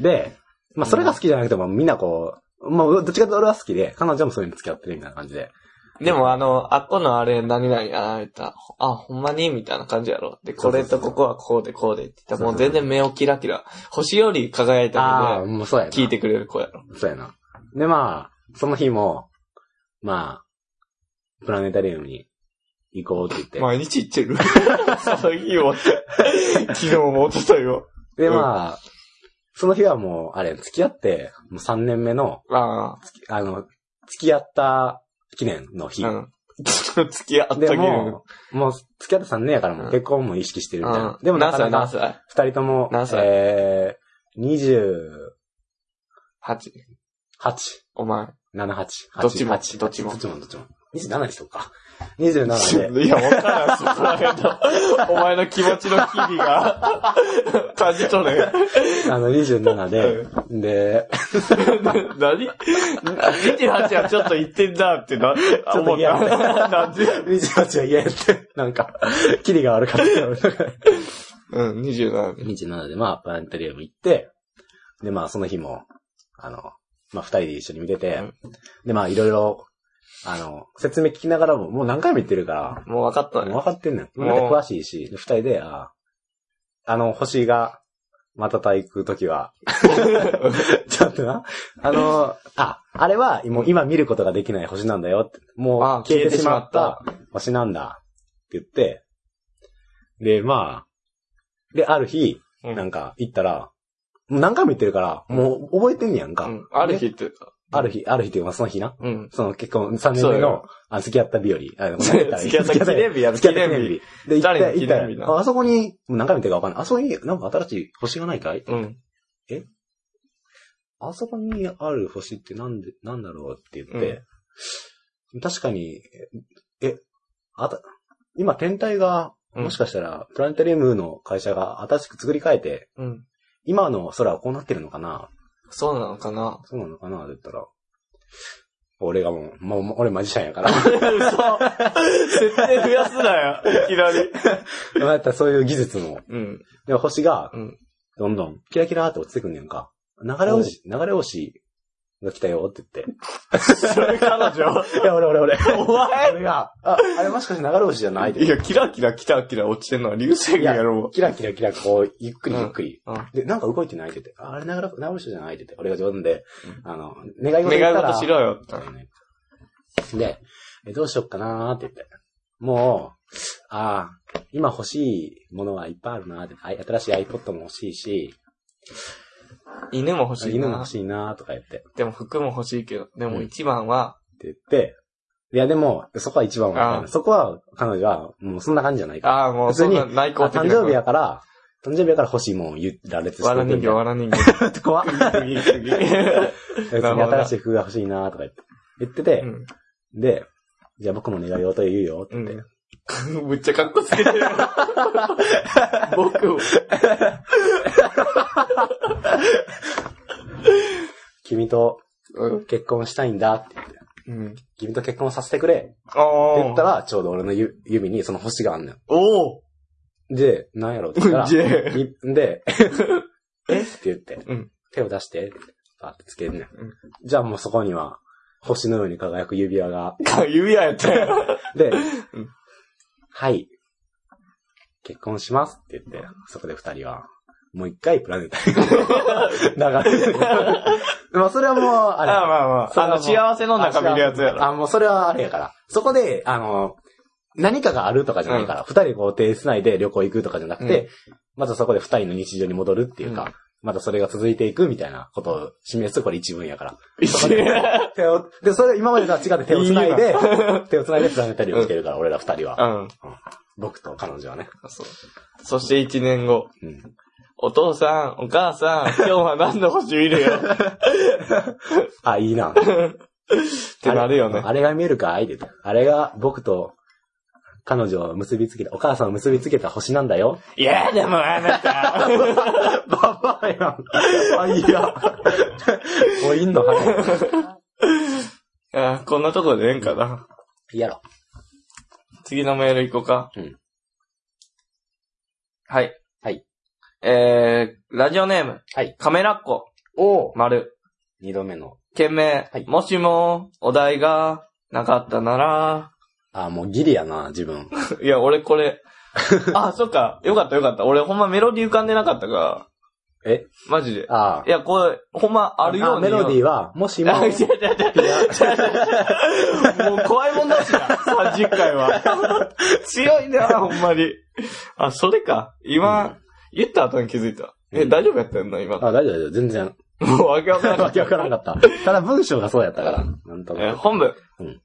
Speaker 2: で、まあ、それが好きじゃなくても、みんなこう、まあ、どっちかというと俺は好きで、彼女もそういうの付き合ってるみたいな感じで。
Speaker 1: あでもあの、あっこのあれ何々やられた。あ、ほんまにみたいな感じやろ。で、これとここはこうでこうでって言ったらもう全然目をキラキラ。星より輝い
Speaker 2: あ
Speaker 1: た
Speaker 2: あ、
Speaker 1: ので、
Speaker 2: もうそうやな。
Speaker 1: 聞いてくれる子やろ。
Speaker 2: そうやな。で、まあ、その日も、まあ、プラネタリウムに行こうって言って。
Speaker 1: 毎日行ってる。その日も。昨日も一昨日も。
Speaker 2: で、まあ、その日はもう、あれ、付き合って、もう3年目の、
Speaker 1: あ
Speaker 2: あの、付き合った記念の日。
Speaker 1: あ。うん。 付き合ったけ
Speaker 2: で
Speaker 1: ど。
Speaker 2: もう、もう付き合って3年やからもう
Speaker 1: うん
Speaker 2: 結婚も意識してるみたいな。
Speaker 1: うん
Speaker 2: でもな
Speaker 1: 何
Speaker 2: かな
Speaker 1: 歳何
Speaker 2: か、
Speaker 1: 歳
Speaker 2: 二人とも、
Speaker 1: 何歳
Speaker 2: えー、20、
Speaker 1: 八。
Speaker 2: 8、
Speaker 1: お前。
Speaker 2: 7、8。
Speaker 1: どっちも
Speaker 2: 8
Speaker 1: どっちも
Speaker 2: どっちも、どっちも。27にしとくか。27で。
Speaker 1: いや、わからん、そこら辺の。お前の気持ちの日々が、 感じとね。
Speaker 2: あの、27で、で、
Speaker 1: 何 ?28 はちょっと言ってんなってな、
Speaker 2: ちょっ
Speaker 1: 思
Speaker 2: と
Speaker 1: っ
Speaker 2: 嫌
Speaker 1: た。
Speaker 2: や
Speaker 1: なんで
Speaker 2: 28は嫌やって、なんか、キリが悪かった。
Speaker 1: うん、27で。
Speaker 2: 27で、まあ、プラネタリウム行って、で、まあ、その日も、あの、まあ、二人で一緒に見てて、で、まあ、いろいろ、あの、説明聞きながらも、もう何回も言ってるから、
Speaker 1: もう分かった
Speaker 2: もう
Speaker 1: ね。
Speaker 2: 分かってんねん。もう詳しいし、で二人で、ああ、あの、星が、また体育時は。 ちょっとな。あの、あ、あれは、もう今見ることができない星なんだよって。もう
Speaker 1: あ
Speaker 2: 消えてしまっ
Speaker 1: 消
Speaker 2: た星なんだって言って。で、まあ。で、ある日、
Speaker 1: うん
Speaker 2: なんか行ったら、もう何回も言ってるから、もう覚えてんねやんか。
Speaker 1: うん。ある日って言った。
Speaker 2: ある日、ある日っていうかまあその日な。
Speaker 1: うん。
Speaker 2: その結婚3年
Speaker 1: そう
Speaker 2: 目
Speaker 1: よ
Speaker 2: の、あ、付き合った日和。あ の
Speaker 1: 付き合った記念日やる、
Speaker 2: 付
Speaker 1: 記
Speaker 2: き合っ
Speaker 1: 念
Speaker 2: た記念
Speaker 1: 日。
Speaker 2: 日。で、行った
Speaker 1: 誰の記
Speaker 2: 行った
Speaker 1: 念日な
Speaker 2: よああそこに、もう何回見てるかわかんない。あそこに、なんか新しい星がないかい
Speaker 1: うん。
Speaker 2: あそこにある星ってなんで、なんだろうって言って、確かに、え、あた、今天体が、
Speaker 1: うん
Speaker 2: もしかしたら、プラネタリウムの会社が新しく作り変えて、
Speaker 1: うん。
Speaker 2: 今の空はこうなってるのかな
Speaker 1: そうなのかな
Speaker 2: そうなのかなって言ったら、俺がもう、もう、もう俺マジシャンやから。
Speaker 1: 嘘設定増やすなよ、いきなり。
Speaker 2: まあやったらそういう技術も。
Speaker 1: うん。
Speaker 2: でも星が
Speaker 1: うん、
Speaker 2: どんどん、キラキラーって落ちてくんねやんか。流れ星、流れ星が来たよって言っ
Speaker 1: それ彼女
Speaker 2: て。いや、俺俺俺。
Speaker 1: お前
Speaker 2: 俺が、あ、あれもしかして流れ星じゃないって
Speaker 1: いや、キラキラキラキラ落ちてんのは流星群やろ。
Speaker 2: キラキラキラ、こう、ゆっくりゆっくり。
Speaker 1: うんうん
Speaker 2: で、なんか動いてないって言って、ああれ流れ、流れ星じゃないって言って、俺が冗談で
Speaker 1: うん、
Speaker 2: あの、願い事言
Speaker 1: 願
Speaker 2: っ
Speaker 1: い
Speaker 2: たら
Speaker 1: 事しろよって。
Speaker 2: で、えどうしよっかなーって言って。もう、ああ、今欲しいものはいっぱいあるなーって。あい新しい iPod も欲しいし、
Speaker 1: 犬も欲しい
Speaker 2: 犬も
Speaker 1: な
Speaker 2: 欲。しいなーとか言って。って
Speaker 1: でも服も欲しいけど、で
Speaker 2: う
Speaker 1: も
Speaker 2: ん
Speaker 1: 一番は、
Speaker 2: 言って、いやでも、そこは一番わかん
Speaker 1: あ
Speaker 2: な
Speaker 1: あ
Speaker 2: い。そこは、彼女は、もうそんな感じじゃないから。
Speaker 1: ああ、もうそんな内向
Speaker 2: あ
Speaker 1: 的な。
Speaker 2: 誕生日やから、誕生日やから欲しいもん言られて
Speaker 1: わら人形、わら人形。
Speaker 2: って怖っ。
Speaker 1: 次、次。
Speaker 2: 別に新しい服が欲しいなとか言って、言ってて、
Speaker 1: うん
Speaker 2: で、じゃあ僕も願い事言うよって言って。
Speaker 1: うん。 むっちゃ格好つけてる。僕を。
Speaker 2: 君と
Speaker 1: うん。
Speaker 2: 結婚したいんだって言って、
Speaker 1: うん。
Speaker 2: 君と結婚させてくれって
Speaker 1: あ
Speaker 2: 言ったら、ちょうど俺のゆ指にその星があんのよ。
Speaker 1: おお
Speaker 2: で、なんやろって言ったら、
Speaker 1: じえ。
Speaker 2: み で、えって言って、
Speaker 1: うん
Speaker 2: 手を出して、パーってつけるね、
Speaker 1: うん
Speaker 2: じゃあもうそこには、星のように輝く指輪が、
Speaker 1: か、指輪やったよ。
Speaker 2: で、
Speaker 1: ん
Speaker 2: はい。結婚しますって言って、そこで二人は、もう一回プラネタリウム を流れてる。まあそれはもう、あ
Speaker 1: あ
Speaker 2: れ。
Speaker 1: あ、まあまあ。あの、幸せの中見るやつやろ。
Speaker 2: あ、もうそれはあれやから。そこで、あの、何かがあるとかじゃないから、二、人こう手繋いで旅行行くとかじゃなくて、またそこで二人の日常に戻るっていうか、
Speaker 1: う
Speaker 2: またそれが続いていくみたいなことを示す、これ一文やから。
Speaker 1: 一応
Speaker 2: 手を、で、それ今までとは違って手を繋い
Speaker 1: いい
Speaker 2: で、 手を繋いでプラネタリウムつけるから、俺ら二人は、
Speaker 1: うん。
Speaker 2: 僕と彼女はね。
Speaker 1: そう。そして一年後。
Speaker 2: うん。
Speaker 1: お父さん、お母さん、今日は何の星見るよ。っ
Speaker 2: あ、いいな。って
Speaker 1: なるよね
Speaker 2: あ。れが見えるかいって言ってあれが僕と彼女を結びつけた、お母さんを結びつけた星なんだよ。
Speaker 1: いや、でもあなた。
Speaker 2: ババアやん。あ、いや。もういんの早い。
Speaker 1: あーこんなとこでええんかな。
Speaker 2: いいやろ。
Speaker 1: 次のメール行こうか。
Speaker 2: うん
Speaker 1: はい。
Speaker 2: はい。
Speaker 1: えー、ラジオネーム、
Speaker 2: はい。
Speaker 1: カメラっ子、
Speaker 2: おお。
Speaker 1: 丸、
Speaker 2: 二度目の。
Speaker 1: 件名、
Speaker 2: はい
Speaker 1: もしも、お題が、なかったなら、
Speaker 2: あ、もうギリやな、自分。
Speaker 1: いや、俺こ れ、あ、そっか、よかったよかった。俺ほんまメロディー浮かんでなかったから、
Speaker 2: え
Speaker 1: マジで。
Speaker 2: あ
Speaker 1: いや、これ、ほんまあるように
Speaker 2: メロディーは、もしも、
Speaker 1: あ違う違う違うもう怖いもんだしな、30回は。強いな、ほんまに。あ、それか。今、
Speaker 2: うん
Speaker 1: 言った後に気づいた。え、
Speaker 2: うん
Speaker 1: 大丈夫やったんだ、今。
Speaker 2: あ、大丈夫大丈夫、全然。
Speaker 1: もうわけわから
Speaker 2: わ
Speaker 1: な
Speaker 2: けわからんかった。ただ文章がそうやったから。なんと
Speaker 1: い。え
Speaker 2: なく。
Speaker 1: 本部、
Speaker 2: うん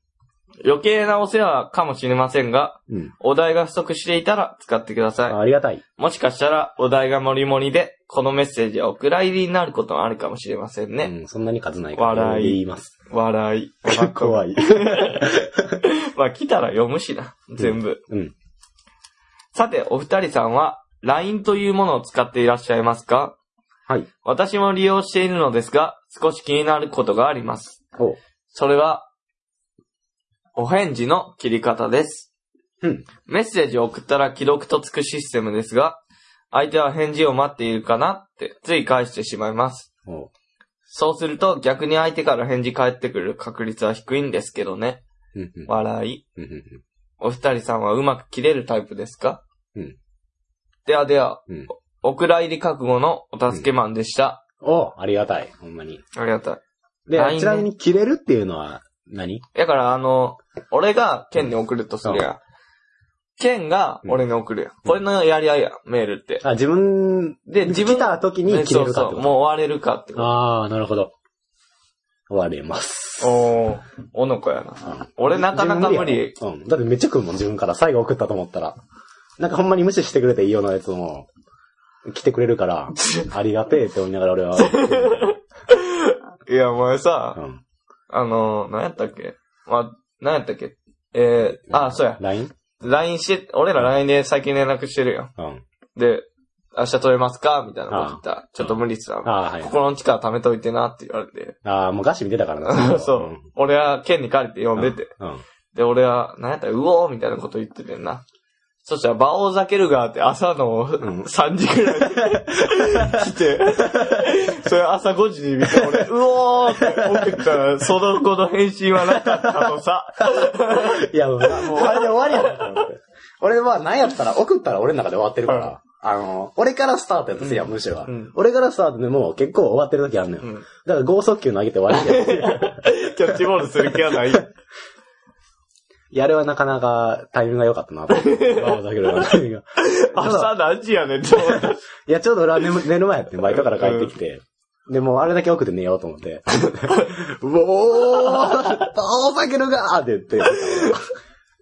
Speaker 1: 余計なお世話かもしれませんが、
Speaker 2: うん。
Speaker 1: お題が不足していたら使ってくださ
Speaker 2: あありがたい。
Speaker 1: い。もしかしたら、お題がもりもりで、このメッセージはお蔵入りになることもあるかもしれませんね。
Speaker 2: うん、そんなに数ないから。
Speaker 1: 笑い
Speaker 2: 言います。
Speaker 1: 笑 い。
Speaker 2: 怖い。
Speaker 1: まあ、来たら読むしな、全部。
Speaker 2: うん。
Speaker 1: さて、お二人さんは、LINE というものを使っていらっしゃいますか
Speaker 2: はい。
Speaker 1: 私も利用しているのですが、少し気になることがあります。
Speaker 2: おう。
Speaker 1: それは、お返事の切り方です。
Speaker 2: うん。
Speaker 1: メッセージを送ったら既読とつくシステムですが、相手は返事を待っているかなって、つい返してしまいます。
Speaker 2: おう。
Speaker 1: そうすると、逆に相手から返事返ってくる確率は低いんですけどね。
Speaker 2: うんうん
Speaker 1: 笑い。
Speaker 2: うんうん
Speaker 1: お二人さんはうまく切れるタイプですか
Speaker 2: うん。
Speaker 1: ではでは、
Speaker 2: うん
Speaker 1: お蔵入り覚悟のお助けマンでした。
Speaker 2: おうありがたい。ほんまに。
Speaker 1: ありがたい。
Speaker 2: で
Speaker 1: 来、年
Speaker 2: ちなみに切れるっていうのは何、
Speaker 1: だから、あの、俺がケンに送るとするやん。ケンが俺に送るやん。これのやり合いやん、メールって。
Speaker 2: あ、自分、
Speaker 1: で、自分
Speaker 2: 来た時に切れるか
Speaker 1: そう
Speaker 2: って
Speaker 1: そう、
Speaker 2: こ
Speaker 1: もう
Speaker 2: と
Speaker 1: 終われるかってこ
Speaker 2: ああ、なるほど。終わります。
Speaker 1: と。おー、おのこやな。
Speaker 2: うん
Speaker 1: 俺なかなか無理。
Speaker 2: 自分やろうん。だってめっちゃ来るもん、自分から。最後送ったと思ったら。なんかほんまに無視してくれていいようなやつも、来てくれ るから、ありがてえって思いながら俺は。
Speaker 1: いや、お前
Speaker 2: う
Speaker 1: さ、
Speaker 2: ん。
Speaker 1: あの、何やったっけまあ、何やったっけえー、あ、そうや。
Speaker 2: LINE?
Speaker 1: LINE して、俺ら LINE で最近連絡してるやん。
Speaker 2: うん。
Speaker 1: で、明日取れますかみたいなこと言ったら、ちょっと無理っすな。
Speaker 2: ああ、はい。
Speaker 1: 心の力貯めといてなって言われて。
Speaker 2: ああ、もうガシ見てたからな。
Speaker 1: そう。俺は剣に借りて読んでて。
Speaker 2: うん。うん。
Speaker 1: で、俺は、なんやったら、うおーみたいなこと言っててんな。そしたら、場を避けるがって朝の
Speaker 2: ん
Speaker 1: 3時くらいに来 て、それ朝5時に見て、俺、うおーって送ったら、その後の返信はなかったのさ。
Speaker 2: いや、もう、もうあれで終わりやなと思って。俺は、なんやったら、送ったら俺の中で終わってるから。あの、俺からスタートやったんですよ、むしろは
Speaker 1: うん。
Speaker 2: 俺からスタートでもう結構終わってる時あるのよ
Speaker 1: うん。
Speaker 2: だから、剛速球投げて終わりや。
Speaker 1: キャッチボールする気はない。
Speaker 2: いや、あれはなかなかタイミングが良かった なと思って。馬王だけどタイ ミングが
Speaker 1: 朝何時やねんって思った。
Speaker 2: いや、ちょうど俺は寝む寝る前やって、バイトから帰ってきて。で、もうあれだけ多くて寝ようと思 って。うおーお酒のがーって言 って。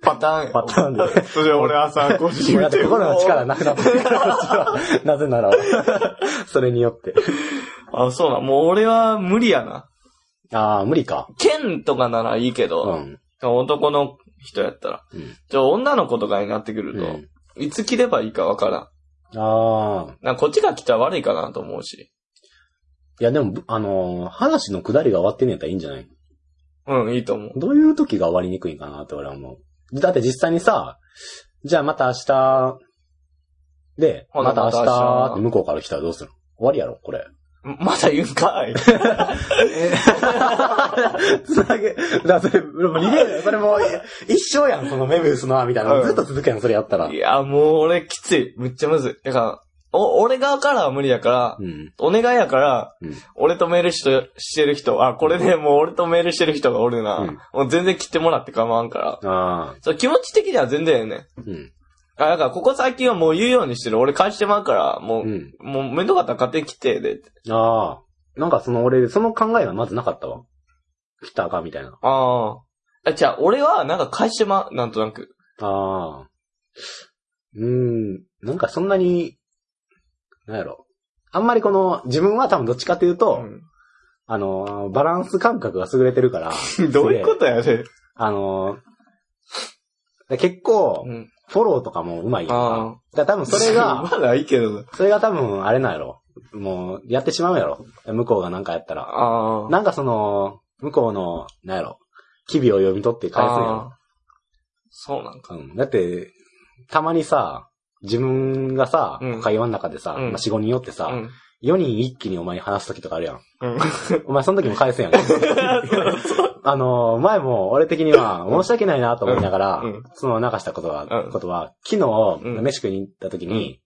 Speaker 1: パターン。
Speaker 2: パターンで
Speaker 1: それで俺朝5時
Speaker 2: もうだ
Speaker 1: 見
Speaker 2: って
Speaker 1: て。
Speaker 2: 心の力なくなってるから、こっちは。 なぜなら、それによって。
Speaker 1: あ、そうなん。もう俺は無理やな。
Speaker 2: ああ、無理か。
Speaker 1: 剣とかならいいけど、
Speaker 2: うん。
Speaker 1: 男の人やったら。
Speaker 2: うん
Speaker 1: じゃあ女の子とかになってくると、
Speaker 2: うん
Speaker 1: いつ切ればいいかわからん。
Speaker 2: ああ。
Speaker 1: なんかこっちが来たら悪いかなと思うし。
Speaker 2: いや、でも、あのー話の下りが終わってんねやったらいいんじゃない
Speaker 1: うん、いいと思う。
Speaker 2: どういう時が終わりにくいんかなって俺は思う。だって実際にさ、じゃあまた明日、で、
Speaker 1: ほな
Speaker 2: また明
Speaker 1: また明日
Speaker 2: 日って向こうから来たらどうするの終わりやろこ れ。
Speaker 1: まだ言うん かい。
Speaker 2: つなげ、だ、それ、もうリレーだよ。それもう、一生やん、そのメビウスの、みたい
Speaker 1: うん
Speaker 2: な。ずっと続けやん、それやったら
Speaker 1: い。や、もう俺きつい。めっちゃむずい。だから、お、俺側からは無理やから、
Speaker 2: うん。
Speaker 1: お願いやから、
Speaker 2: うん
Speaker 1: 俺とメールしとしてる人、あ、これでもう俺とメールしてる人がおるな。
Speaker 2: うん
Speaker 1: もう全然切ってもらって構わんから。
Speaker 2: ああ。
Speaker 1: そう気持ち的には全然ええねん。
Speaker 2: うん。
Speaker 1: あ、だからここ最近はもう言うようにしてる。俺返してまうから、もう、
Speaker 2: うん。
Speaker 1: もう面倒かったら勝手に来て、で。
Speaker 2: ああ。なんかその俺、その考えがまずなかったわ。来たか、みたいな。
Speaker 1: ああ。あ、じゃあ、俺は、なんか返してま、なんとなく。
Speaker 2: ああ。うーん。なんかそんなに、なんやろ。あんまりこの、自分は多分どっちかというと、あのー、バランス感覚が優れてるから、
Speaker 1: うん どういうことやね。
Speaker 2: あのー、結構
Speaker 1: う、ん。
Speaker 2: フォローとかもうまいやんか。
Speaker 1: あ
Speaker 2: だから多分
Speaker 1: あ。
Speaker 2: そ れが、
Speaker 1: まだいいけどな。
Speaker 2: それが多分あれなんやろ。もう、やってしまうやろ。向こうがなんかやったら。
Speaker 1: ああ。
Speaker 2: なんかその、向こうの、なんやろ。機微を読み取って返すんやろ。
Speaker 1: ああそうなんか。
Speaker 2: うん。だって、たまにさ、自分がさ、
Speaker 1: うん
Speaker 2: 会話の中でさ、
Speaker 1: うん
Speaker 2: まあ、4、5人よってさ、
Speaker 1: うん。
Speaker 2: 4人一気にお前に話す時とかあ るやん。
Speaker 1: うん。
Speaker 2: お前その時も返 せんやん。あの、前も俺的には申し訳ないなと思いながら、
Speaker 1: うんうん
Speaker 2: その流したことは、
Speaker 1: うん
Speaker 2: ことは、昨日、
Speaker 1: うん
Speaker 2: 飯食いに行った時に、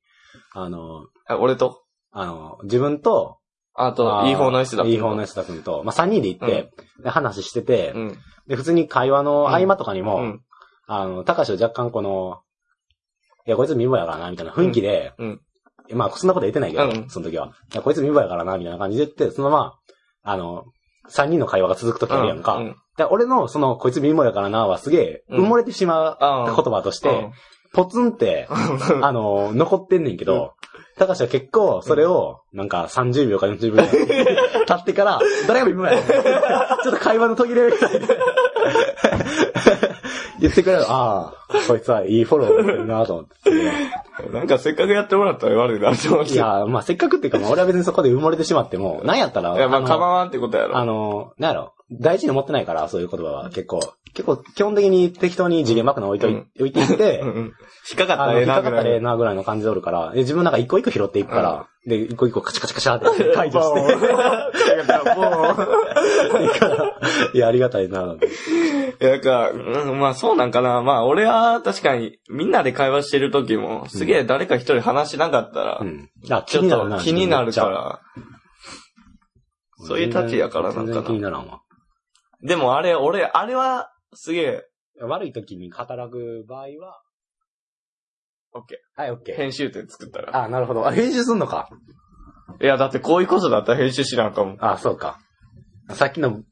Speaker 2: あの、
Speaker 1: あ俺と、
Speaker 2: あの、自分と、
Speaker 1: あ
Speaker 2: ま
Speaker 1: と、
Speaker 2: あ
Speaker 1: いい方の人だ。
Speaker 2: いい方の安田君と、まあ、3人で行って、で話してて、
Speaker 1: うん。
Speaker 2: で、普通に会話の合間とかにも、
Speaker 1: うん。
Speaker 2: あの、高しを若干この、いや、こいつ貧乏やからな、みたいな雰囲気で、
Speaker 1: うん
Speaker 2: まあ、そんなこと言ってないけど、
Speaker 1: うん
Speaker 2: その時は。いや、こいつ貧乏やからな、みたいな感じで言って、そのまま、あの、三人の会話が続く時あるやんか。
Speaker 1: うん。
Speaker 2: で俺の、その、こいつ貧乏やからな、はすげえ、
Speaker 1: うん
Speaker 2: 埋もれてしまう
Speaker 1: あ
Speaker 2: 言
Speaker 1: あ。
Speaker 2: 葉として、
Speaker 1: うん
Speaker 2: ポツンって、あの、残ってんねんけど、高しは結構、それを、なんか30秒か40秒 ぐらい経ってから、誰が見るやねんちょっと会話の途切れみた いな。言ってくれる。ああ、こいつはいいフォローしてるなと思 って。
Speaker 1: なんかせっかくやってもらったら悪いなって思って。
Speaker 2: いや、まあせっかくっていうか、まあ俺は別にそこで埋もれてしまっても、なんやったら、
Speaker 1: いや、まあ
Speaker 2: あの
Speaker 1: 構わんってことやろ。
Speaker 2: あの、なんやろ、大事に思ってないから、そういう言葉は結構。結構、基本的に適当に次元爆弾置いとい、
Speaker 1: うん
Speaker 2: 置いてい って、
Speaker 1: うんうん。引っかかった
Speaker 2: あの、
Speaker 1: らえ
Speaker 2: 引
Speaker 1: え
Speaker 2: っ
Speaker 1: な、
Speaker 2: かか
Speaker 1: ぐ
Speaker 2: った
Speaker 1: ら
Speaker 2: らええ
Speaker 1: い。
Speaker 2: なぐらいの感じでおるから、で自分なんか一個一個拾っていくから、で、一個一個カチャカチャカチャ って解除して、
Speaker 1: も
Speaker 2: いや、ありがたいな。
Speaker 1: う、いや、なんか、うんまあそうなんかな。まあ俺は確かにみんなで会話してる時も、すげえ誰か一人話しなかったら
Speaker 2: う、ん。あ、
Speaker 1: ちょ
Speaker 2: 気に
Speaker 1: っ
Speaker 2: なる
Speaker 1: と
Speaker 2: な。
Speaker 1: 気になるか
Speaker 2: めっ
Speaker 1: ら、
Speaker 2: ちゃ。
Speaker 1: そういう立ちやからなん
Speaker 2: 全
Speaker 1: か
Speaker 2: 然気に
Speaker 1: な。
Speaker 2: ならんわ。
Speaker 1: でもあれ、俺、あれは、すげえ、
Speaker 2: 悪い時に働く場合は、
Speaker 1: オッケ
Speaker 2: はい、オッケ
Speaker 1: ー。
Speaker 2: ー。
Speaker 1: 編集点作ったら。
Speaker 2: あ、なるほど。あ、編集すんのか。
Speaker 1: いや、だってこういうことだったら編集しなあかんもん。
Speaker 2: あ、そうか。さっきの言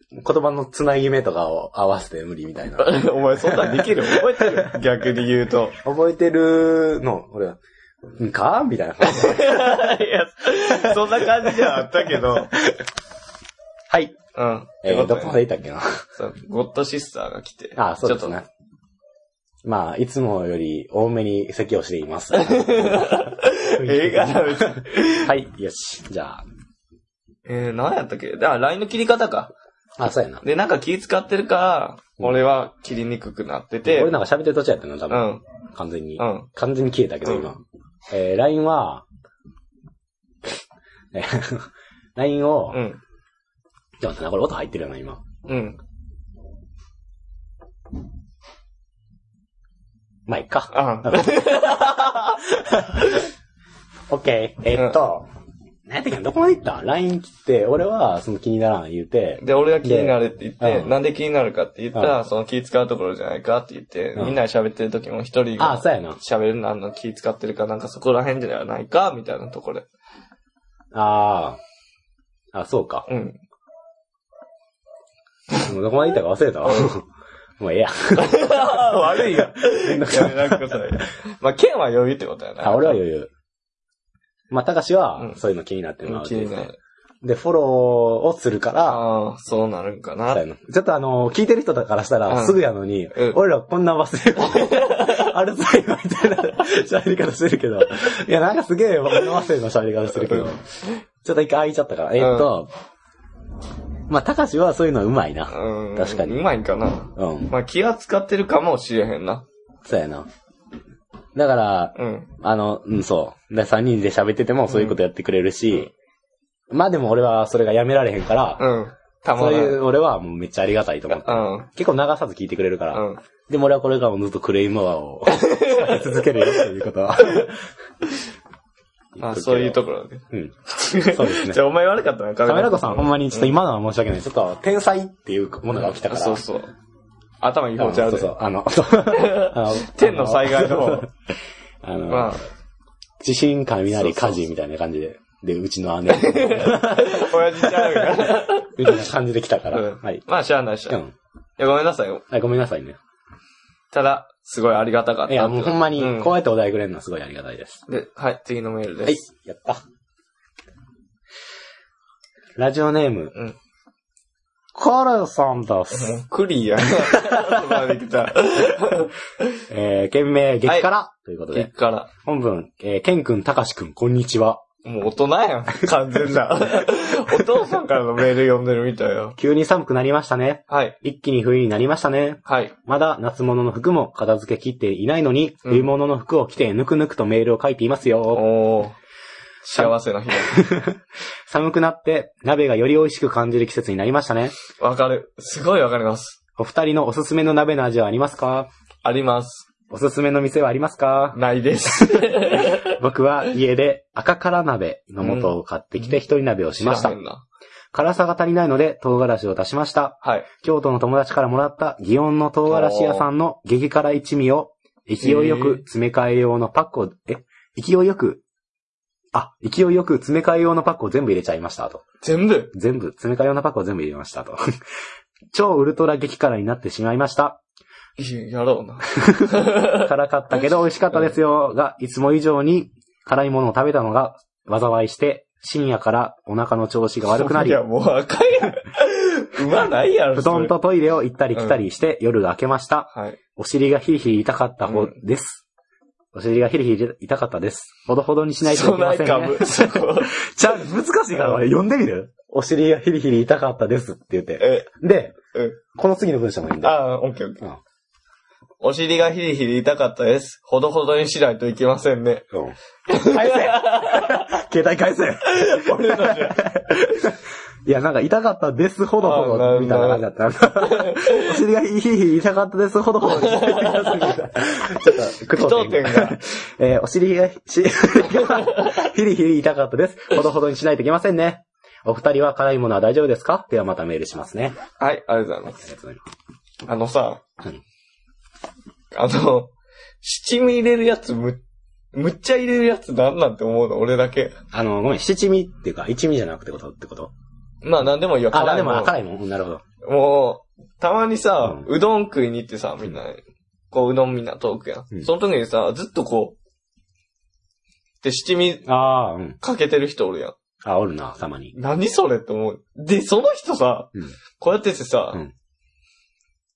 Speaker 2: 葉のつなぎ目とかを合わせて無理みたいな。
Speaker 1: お前そんなんできる覚えてる逆に言うと。
Speaker 2: 覚えてるの、俺は、んかみ た いな。
Speaker 1: いや、そんな感じではあったけど。
Speaker 2: はい。
Speaker 1: うん。
Speaker 2: えー、どこま
Speaker 1: で
Speaker 2: でいったっけな。
Speaker 1: ゴッドシスターが来て。
Speaker 2: あ、そうです
Speaker 1: ちょっ
Speaker 2: ね。まあ、いつもより多めに咳をして います。
Speaker 1: と。映画だ、別に。
Speaker 2: はい、よし。じゃあ、
Speaker 1: えー、何やったっけだから、ラインの切り方か。
Speaker 2: あ、そうやな。
Speaker 1: で、なんか気使ってるから、俺は切りにくくなってて。
Speaker 2: 俺なんか喋ってる途中やったな、多
Speaker 1: う
Speaker 2: 分。
Speaker 1: ん。
Speaker 2: 完全に
Speaker 1: う。ん。
Speaker 2: 完全に消えたけど、今。えー、LINE は、えー LINE を、
Speaker 1: う
Speaker 2: ちょっ
Speaker 1: ん。
Speaker 2: と待ってな、これ音入ってるよな、今。
Speaker 1: うん。
Speaker 2: まあ、いっか。
Speaker 1: あ、
Speaker 2: オッケー。えーっと、なんていうか、どこまで行った ?LINE 切って、俺は、その気にならん言うて、
Speaker 1: で、俺が気になるって言って、
Speaker 2: うん
Speaker 1: なんで気になるかって言ったら、
Speaker 2: う
Speaker 1: その気使うところじゃないかって言って、
Speaker 2: うん
Speaker 1: みんなで喋ってる時も一人
Speaker 2: あ、
Speaker 1: が
Speaker 2: そうやな。
Speaker 1: 喋るなんの気使ってるか、なんかそこら辺じゃないか、みたいなところで。
Speaker 2: あー。あ、そうか。
Speaker 1: うん。
Speaker 2: もうどこまで行ったか忘れ たわ。もうええや。
Speaker 1: 悪い や。
Speaker 2: めんどく
Speaker 1: いや
Speaker 2: さ
Speaker 1: め
Speaker 2: い
Speaker 1: んどくさい。まあ、剣は余裕ってことやな。
Speaker 2: あ、俺は余裕。まあ、たかし
Speaker 1: う
Speaker 2: は
Speaker 1: ん、
Speaker 2: そういうの気になってまうっ
Speaker 1: 気
Speaker 2: ていう
Speaker 1: に
Speaker 2: ね
Speaker 1: なる。
Speaker 2: で、フォローをするから、
Speaker 1: ああ、そうなるんかな。
Speaker 2: そうやなちょっとあの、聞いてる人だからした
Speaker 1: う
Speaker 2: ら、
Speaker 1: ん
Speaker 2: すぐやのに、
Speaker 1: うん
Speaker 2: 俺らこんな忘 れ物、アルツハイマーみたいな 喋り方してるけど、いや、なんかすげえ忘れの喋り方してるけど、
Speaker 1: うん
Speaker 2: ちょっと一回開いちゃったから、えーっと、まあ、高しはそういうのうまいな。
Speaker 1: うん。
Speaker 2: 確かに
Speaker 1: うまいんかな。
Speaker 2: うん、
Speaker 1: まあ、気は使ってるかもしれへんな。
Speaker 2: そうやな。だから、
Speaker 1: うん。
Speaker 2: あの、うん、そう。で、3人で喋っててもそういうことやってくれるし、まあでも俺はそれがやめられへんから、
Speaker 1: うん。たま
Speaker 2: そう
Speaker 1: らん。
Speaker 2: いう俺はもうめっちゃありがたいと思って。
Speaker 1: うん。
Speaker 2: 結構流さず聞いてくれるから、
Speaker 1: うん。
Speaker 2: でも俺はこれからもずっとクレイマー をやり続けるよということは。
Speaker 1: まあ、そういうところで。
Speaker 2: うん。
Speaker 1: そう
Speaker 2: ですね
Speaker 1: じゃあ、お前悪かったな、カ
Speaker 2: カメラ子さんほんま
Speaker 1: に
Speaker 2: にちょっと今のは申し訳ない。ちょっと天才っていうものが起きたから。
Speaker 1: そうそう。頭いい
Speaker 2: あ
Speaker 1: 方
Speaker 2: の
Speaker 1: ちゃう
Speaker 2: そう
Speaker 1: で。
Speaker 2: そう。あ の、そうあの
Speaker 1: 天の災害の方。
Speaker 2: あ の、
Speaker 1: まあ、
Speaker 2: 地震、雷、火事みたいな感じで。で、う ちの姉。
Speaker 1: 親父ちゃうよ
Speaker 2: みたいな感じで来たから。
Speaker 1: うん
Speaker 2: はい。
Speaker 1: まあ、しゃあないしゃ
Speaker 2: う
Speaker 1: あない。い
Speaker 2: ん。
Speaker 1: や、ごめんなさいよ。
Speaker 2: はい、ごめんなさいね。
Speaker 1: ただ、すごいありがたかった。
Speaker 2: いや、もうほんまに
Speaker 1: う、
Speaker 2: こうやってお題くれるのはすごいありがたいです。
Speaker 1: で、はい、次のメール
Speaker 2: は
Speaker 1: で
Speaker 2: い
Speaker 1: す。、
Speaker 2: やった。ラジオネーム、
Speaker 1: うん。
Speaker 2: カールさんです。
Speaker 1: もう、クリア。そこまで来た。
Speaker 2: えー、件名、激辛、ということ
Speaker 1: 結
Speaker 2: で。
Speaker 1: から。
Speaker 2: 本文、えー、ケン君、たかし君、こんにちは。
Speaker 1: もう大人やん。完全 な。お父さんからのメール読んでるみたいよ。
Speaker 2: 急に寒くなりましたね。
Speaker 1: はい。
Speaker 2: 一気に冬になりましたね。
Speaker 1: はい。
Speaker 2: まだ夏物の服も片付け切っていないのに、
Speaker 1: うん
Speaker 2: 冬物の服を着てぬくぬくとメールを書いていますよ。
Speaker 1: おー。幸せな日だ。
Speaker 2: 寒くなって、鍋がより美味しく感じる季節になりましたね。
Speaker 1: わかる。すごいわかります。
Speaker 2: お二人のおすすめの鍋の味はありますか
Speaker 1: あります。
Speaker 2: おすすめの店はありますか
Speaker 1: ないです。
Speaker 2: 僕は家で赤辛鍋の素を買ってきて一人鍋をしました
Speaker 1: 知らへ。んな
Speaker 2: 辛さが足りないので唐辛子を足しました。
Speaker 1: はい。
Speaker 2: 京都の友達からもらった祇園の唐辛子屋さんの激辛一味を、勢いよく詰め替え用のパックを、え勢いよく、あ、勢いよく詰め替え用のパックを全部入れちゃいましたと。
Speaker 1: 全部。
Speaker 2: 全部、詰め替え用のパックを全部入れましたと。 超ウルトラ激辛になってしまいました。
Speaker 1: いいやろうな。
Speaker 2: 辛かったけど美味しかったですよ。が、いつも以上に辛いものを食べたのが災いして、深夜からお腹の調子が悪くなり
Speaker 1: い、や、もう赤いやん。馬ないやろ。
Speaker 2: 布団と
Speaker 1: そ
Speaker 2: トイレを行ったり来たりして夜が明けました。
Speaker 1: れ。はい。
Speaker 2: お尻がヒリヒリ痛かった方です。お尻がヒリヒリ痛かったです。ほどほどにしないといけません
Speaker 1: そな
Speaker 2: ね。
Speaker 1: いかぶ。そこ。
Speaker 2: じゃあ、難しいから、俺、読んでみるお尻がヒリヒリ痛かったですって言って。
Speaker 1: え、
Speaker 2: で、
Speaker 1: うん
Speaker 2: この次の文章もいいんだよ。
Speaker 1: ああ、オッケーオッケー。
Speaker 2: うん
Speaker 1: お尻がヒリヒリ痛かったです。ほどほどにしないといけませんね。
Speaker 2: うん。返せ携帯返せ
Speaker 1: 俺のじゃ。
Speaker 2: いや、なんか痛かったですほどほ
Speaker 1: あな
Speaker 2: ど、みたいな感じだ った。お尻がヒヒヒ痛かったですほど ほど。ちょっと、
Speaker 1: 句
Speaker 2: 苦
Speaker 1: 読点が。
Speaker 2: えーお尻 が、しヒリヒリ痛かったです。ほどほどにしないといけませんね。お二人は辛いものは大丈夫ですかではまたメールしますね。
Speaker 1: はい、ありがとうございます。あのさ
Speaker 2: 何、
Speaker 1: あの、七味入れるやつむ、むっちゃ入れるやつなんなんて思うの俺だけ。
Speaker 2: あの、ごめん、七味っていうか、一味じゃなくてことってこと
Speaker 1: まあなんでもいいよ。
Speaker 2: あ、
Speaker 1: 辛い
Speaker 2: で
Speaker 1: もん
Speaker 2: も、あ辛いもんうんなるほど。
Speaker 1: もう、たまにさ、
Speaker 2: う
Speaker 1: うどん食いに行ってさ、みんな、こう、うどんみんな遠くや
Speaker 2: うん
Speaker 1: ん。その時にさ、ずっとこう、で、七味
Speaker 2: ああ、うん。
Speaker 1: かけてる人おるやん。
Speaker 2: あ、おるな、たまに。
Speaker 1: 何それって思う。で、その人さ、
Speaker 2: うん
Speaker 1: こうやっててさ、
Speaker 2: うん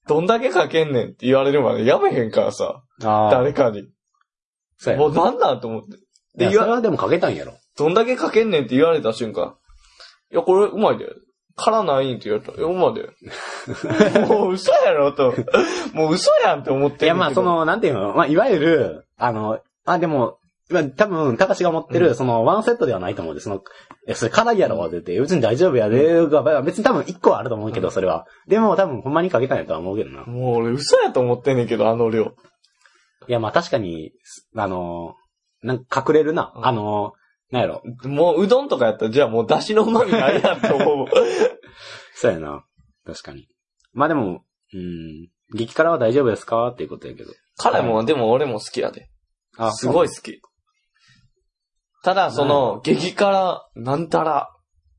Speaker 1: どんだけかけんねんって言われるまでやめへんからさ、
Speaker 2: ああ。
Speaker 1: 誰かに。
Speaker 2: そうやな
Speaker 1: もうなんなんと思って。
Speaker 2: い
Speaker 1: で、
Speaker 2: や
Speaker 1: 言
Speaker 2: それ
Speaker 1: わ、
Speaker 2: はでもかけたんやろ。
Speaker 1: どんだけかけんねんって言われた瞬間、いや、これうまいで。辛ないんって言われた。いや、うまい で。もう嘘やろと。もう嘘やんって思ってん
Speaker 2: い
Speaker 1: けど
Speaker 2: や、まあ、そ、の、なんていうの、まあ、いわゆる、あの、あ、でも、まあ、多分、高志が持ってる、その、ワンセットではないと思うんです。その、え、それ辛いやろ、出て、うちに大丈夫やで、が、まあ別に多分一個はあると思うけど、それは。でも、多分、ほんまにかけたんやとは思うけどな。い
Speaker 1: もう俺嘘やと思ってんねんけど、あの量。
Speaker 2: や、まあ、確かに、あの、なんか隠れるな。
Speaker 1: うん
Speaker 2: あの、なんやろ。
Speaker 1: もううどんとかやったら、じゃあもう出汁の旨味ないやんと 思う。
Speaker 2: そうやな。確かに。まあ、でも、うん、激辛は大丈夫ですかっていうことやけど。
Speaker 1: 辛いもんはでも俺も好きやで。
Speaker 2: あ
Speaker 1: すご
Speaker 2: い。
Speaker 1: い好き。ただ、その、激辛、なんたら、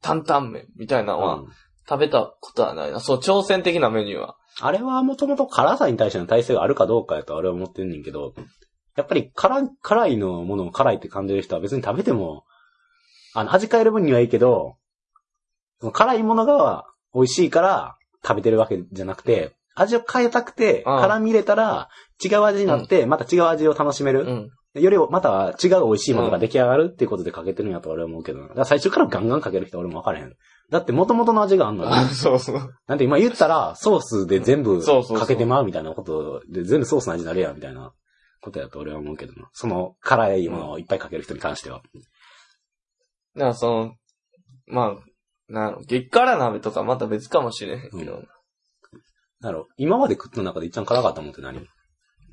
Speaker 1: 担々麺みたいな
Speaker 2: そう
Speaker 1: の
Speaker 2: な
Speaker 1: は
Speaker 2: のうん
Speaker 1: 食べたことはないな。そう、挑戦的なメニューは。
Speaker 2: あれはもともと辛さに対しての耐性があるかどうかやと俺は思ってんねんけど、やっぱり辛い、辛いのものを辛いって感じる人は別に食べても、あの、味変える分にはいいけど、その辛いものが美味しいから食べてるわけじゃなくて、味を変えたくて、
Speaker 1: ああ
Speaker 2: 辛み入れたら違う味になって、また違う味を楽しめ
Speaker 1: う
Speaker 2: る。
Speaker 1: ん。
Speaker 2: よりまた違う美味しいものが出来上がるっていうことでかけてるんやと俺は思うけどな。だから最初からガンガンかける人は俺もわからへん。だって元々の味があんのに。
Speaker 1: あ そうそう。
Speaker 2: なんて今言ったら、ソースで全部
Speaker 1: そうそうそう
Speaker 2: かけてまうみたいなことで、全部ソースの味になるやんみたいなことやと俺は思うけどな。その辛いものをいっぱいかける人に関しては。
Speaker 1: だからその、まあ、な激辛鍋とかまた別かもしれへんけど。
Speaker 2: うなる今まで食った中で一番辛かったもんって何
Speaker 1: い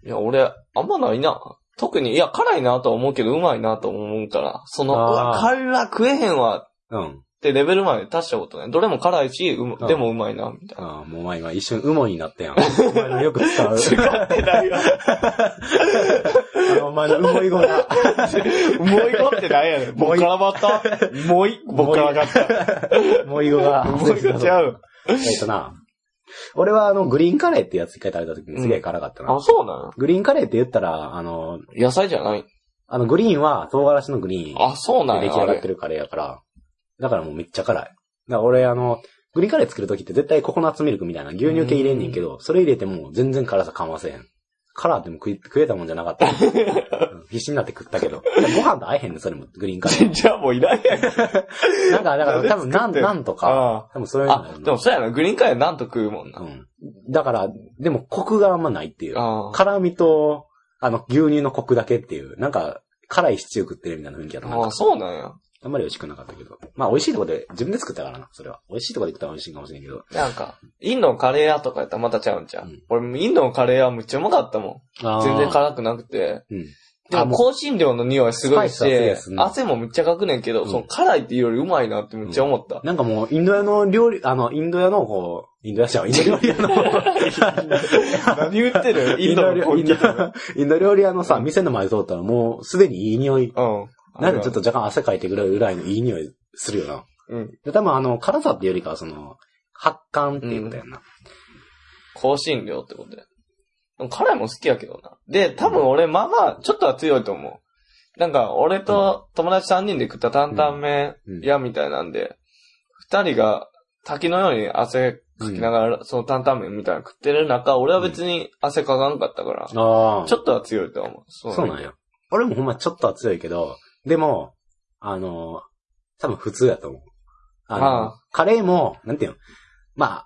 Speaker 1: や、俺、あんまないな。特に、いや、辛いなとは思うけど、うまいなと思うから、その、う
Speaker 2: あー
Speaker 1: わ、辛食えへんわ
Speaker 2: うん。
Speaker 1: ってレベルまで達したことない。どれも辛いし、うま
Speaker 2: うん
Speaker 1: でもうまいな、みたいな。
Speaker 2: ああ、もうお前今一瞬うもになったやん。お前のよく使う。
Speaker 1: 使ってないわ。
Speaker 2: あのお前のうもい 語が。
Speaker 1: もういこってないやねん。 もうからばった。もうい、僕からがった。
Speaker 2: うもい語が。
Speaker 1: もういこちゃう。
Speaker 2: えっとな。俺はあの、グリーンカレーってやつ一回食べた時にすげえ辛かったな。
Speaker 1: あ、そうなの
Speaker 2: グリーンカレーって言ったら、あの、
Speaker 1: 野菜じゃない。
Speaker 2: あの、グリーンは唐辛子のグリーン。
Speaker 1: あ、そうな
Speaker 2: で
Speaker 1: ん
Speaker 2: 出来
Speaker 1: や。あ
Speaker 2: 上がっ
Speaker 1: れ
Speaker 2: てるカレーやから。だからもうめっちゃ辛い。だから俺あの、グリーンカレー作るときって絶対ココナッツミルクみたいな牛乳系入れんねんけど、それ入れても全然辛さ緩和せへん。辛でも食い食えたもんじゃな かった。うん必死になって食ったけど。ご飯と合えへんねん、それも、グリーンカ レ
Speaker 1: じゃあもういらんやん。
Speaker 2: ー。なんか、だから多分、な、
Speaker 1: なんんで作ってん
Speaker 2: なんとか。
Speaker 1: あ
Speaker 2: 多分そういうのだ
Speaker 1: あ
Speaker 2: よ。
Speaker 1: でもそうやな。グリーンカレーなんと食うもんな。
Speaker 2: うん。だから、でもコクがあんまないっていう。
Speaker 1: ああ。
Speaker 2: 辛味と、あの、牛乳のコクだけっていう、なんか、辛いシチュー食ってるみたいな雰囲気やった。なんか
Speaker 1: あ、そうなんや。
Speaker 2: あんまり美味しくなかったけど。まあ美味しいとこで、自分で作ったからな、それは。美味しいとこで食ったら美味しいかもしれんけど。
Speaker 1: なんか、インドのカレー屋とかやったらまたちゃうんちゃう、
Speaker 2: うん
Speaker 1: 俺、インドのカレー屋むっちゃうまかったもん。全然辛くなくて。
Speaker 2: うん。
Speaker 1: で
Speaker 2: あ
Speaker 1: も、
Speaker 2: もう
Speaker 1: 香辛料の匂いすごい
Speaker 2: ス
Speaker 1: し
Speaker 2: パイスはすげえ
Speaker 1: て
Speaker 2: すん、な
Speaker 1: 汗もむっちゃかくねんけど、
Speaker 2: うん
Speaker 1: その辛いっていうよりうまいなってむっちゃ思った。
Speaker 2: なんかもう、インド屋の料理、あの、インド屋の、こう、インド屋じゃん、インド料理屋の、
Speaker 1: 何言って るインドの
Speaker 2: 料
Speaker 1: 香
Speaker 2: インド
Speaker 1: 辛料。
Speaker 2: インド料理屋のさ、
Speaker 1: うん
Speaker 2: 店の前通ったらもう、すでにいい匂い。
Speaker 1: うん。
Speaker 2: なんかちょっと若干汗かいてくるぐらいのいい匂いするよな。
Speaker 1: うん。
Speaker 2: で、多分あの、辛さっていうよりかは、その、発汗っていうことやんな。
Speaker 1: 香辛料ってことで。でも辛いもん好きやけどな。で、多分俺、まあまあ、ちょっとは強いと思う。なんか、俺と友達3人で食った担々麺
Speaker 2: うん
Speaker 1: 屋みたいなんで、2人が滝のように汗かきながら、その担々麺みたいなの食ってる中、俺は別に汗かかんかったから、
Speaker 2: ああ。
Speaker 1: ちょっとは強いと思う。そ
Speaker 2: そうなんや。俺もほんまちょっとは強いけど、でも、あの、多分普通やと思う。あ
Speaker 1: あ
Speaker 2: の、カレーも、なんていうの、まあ、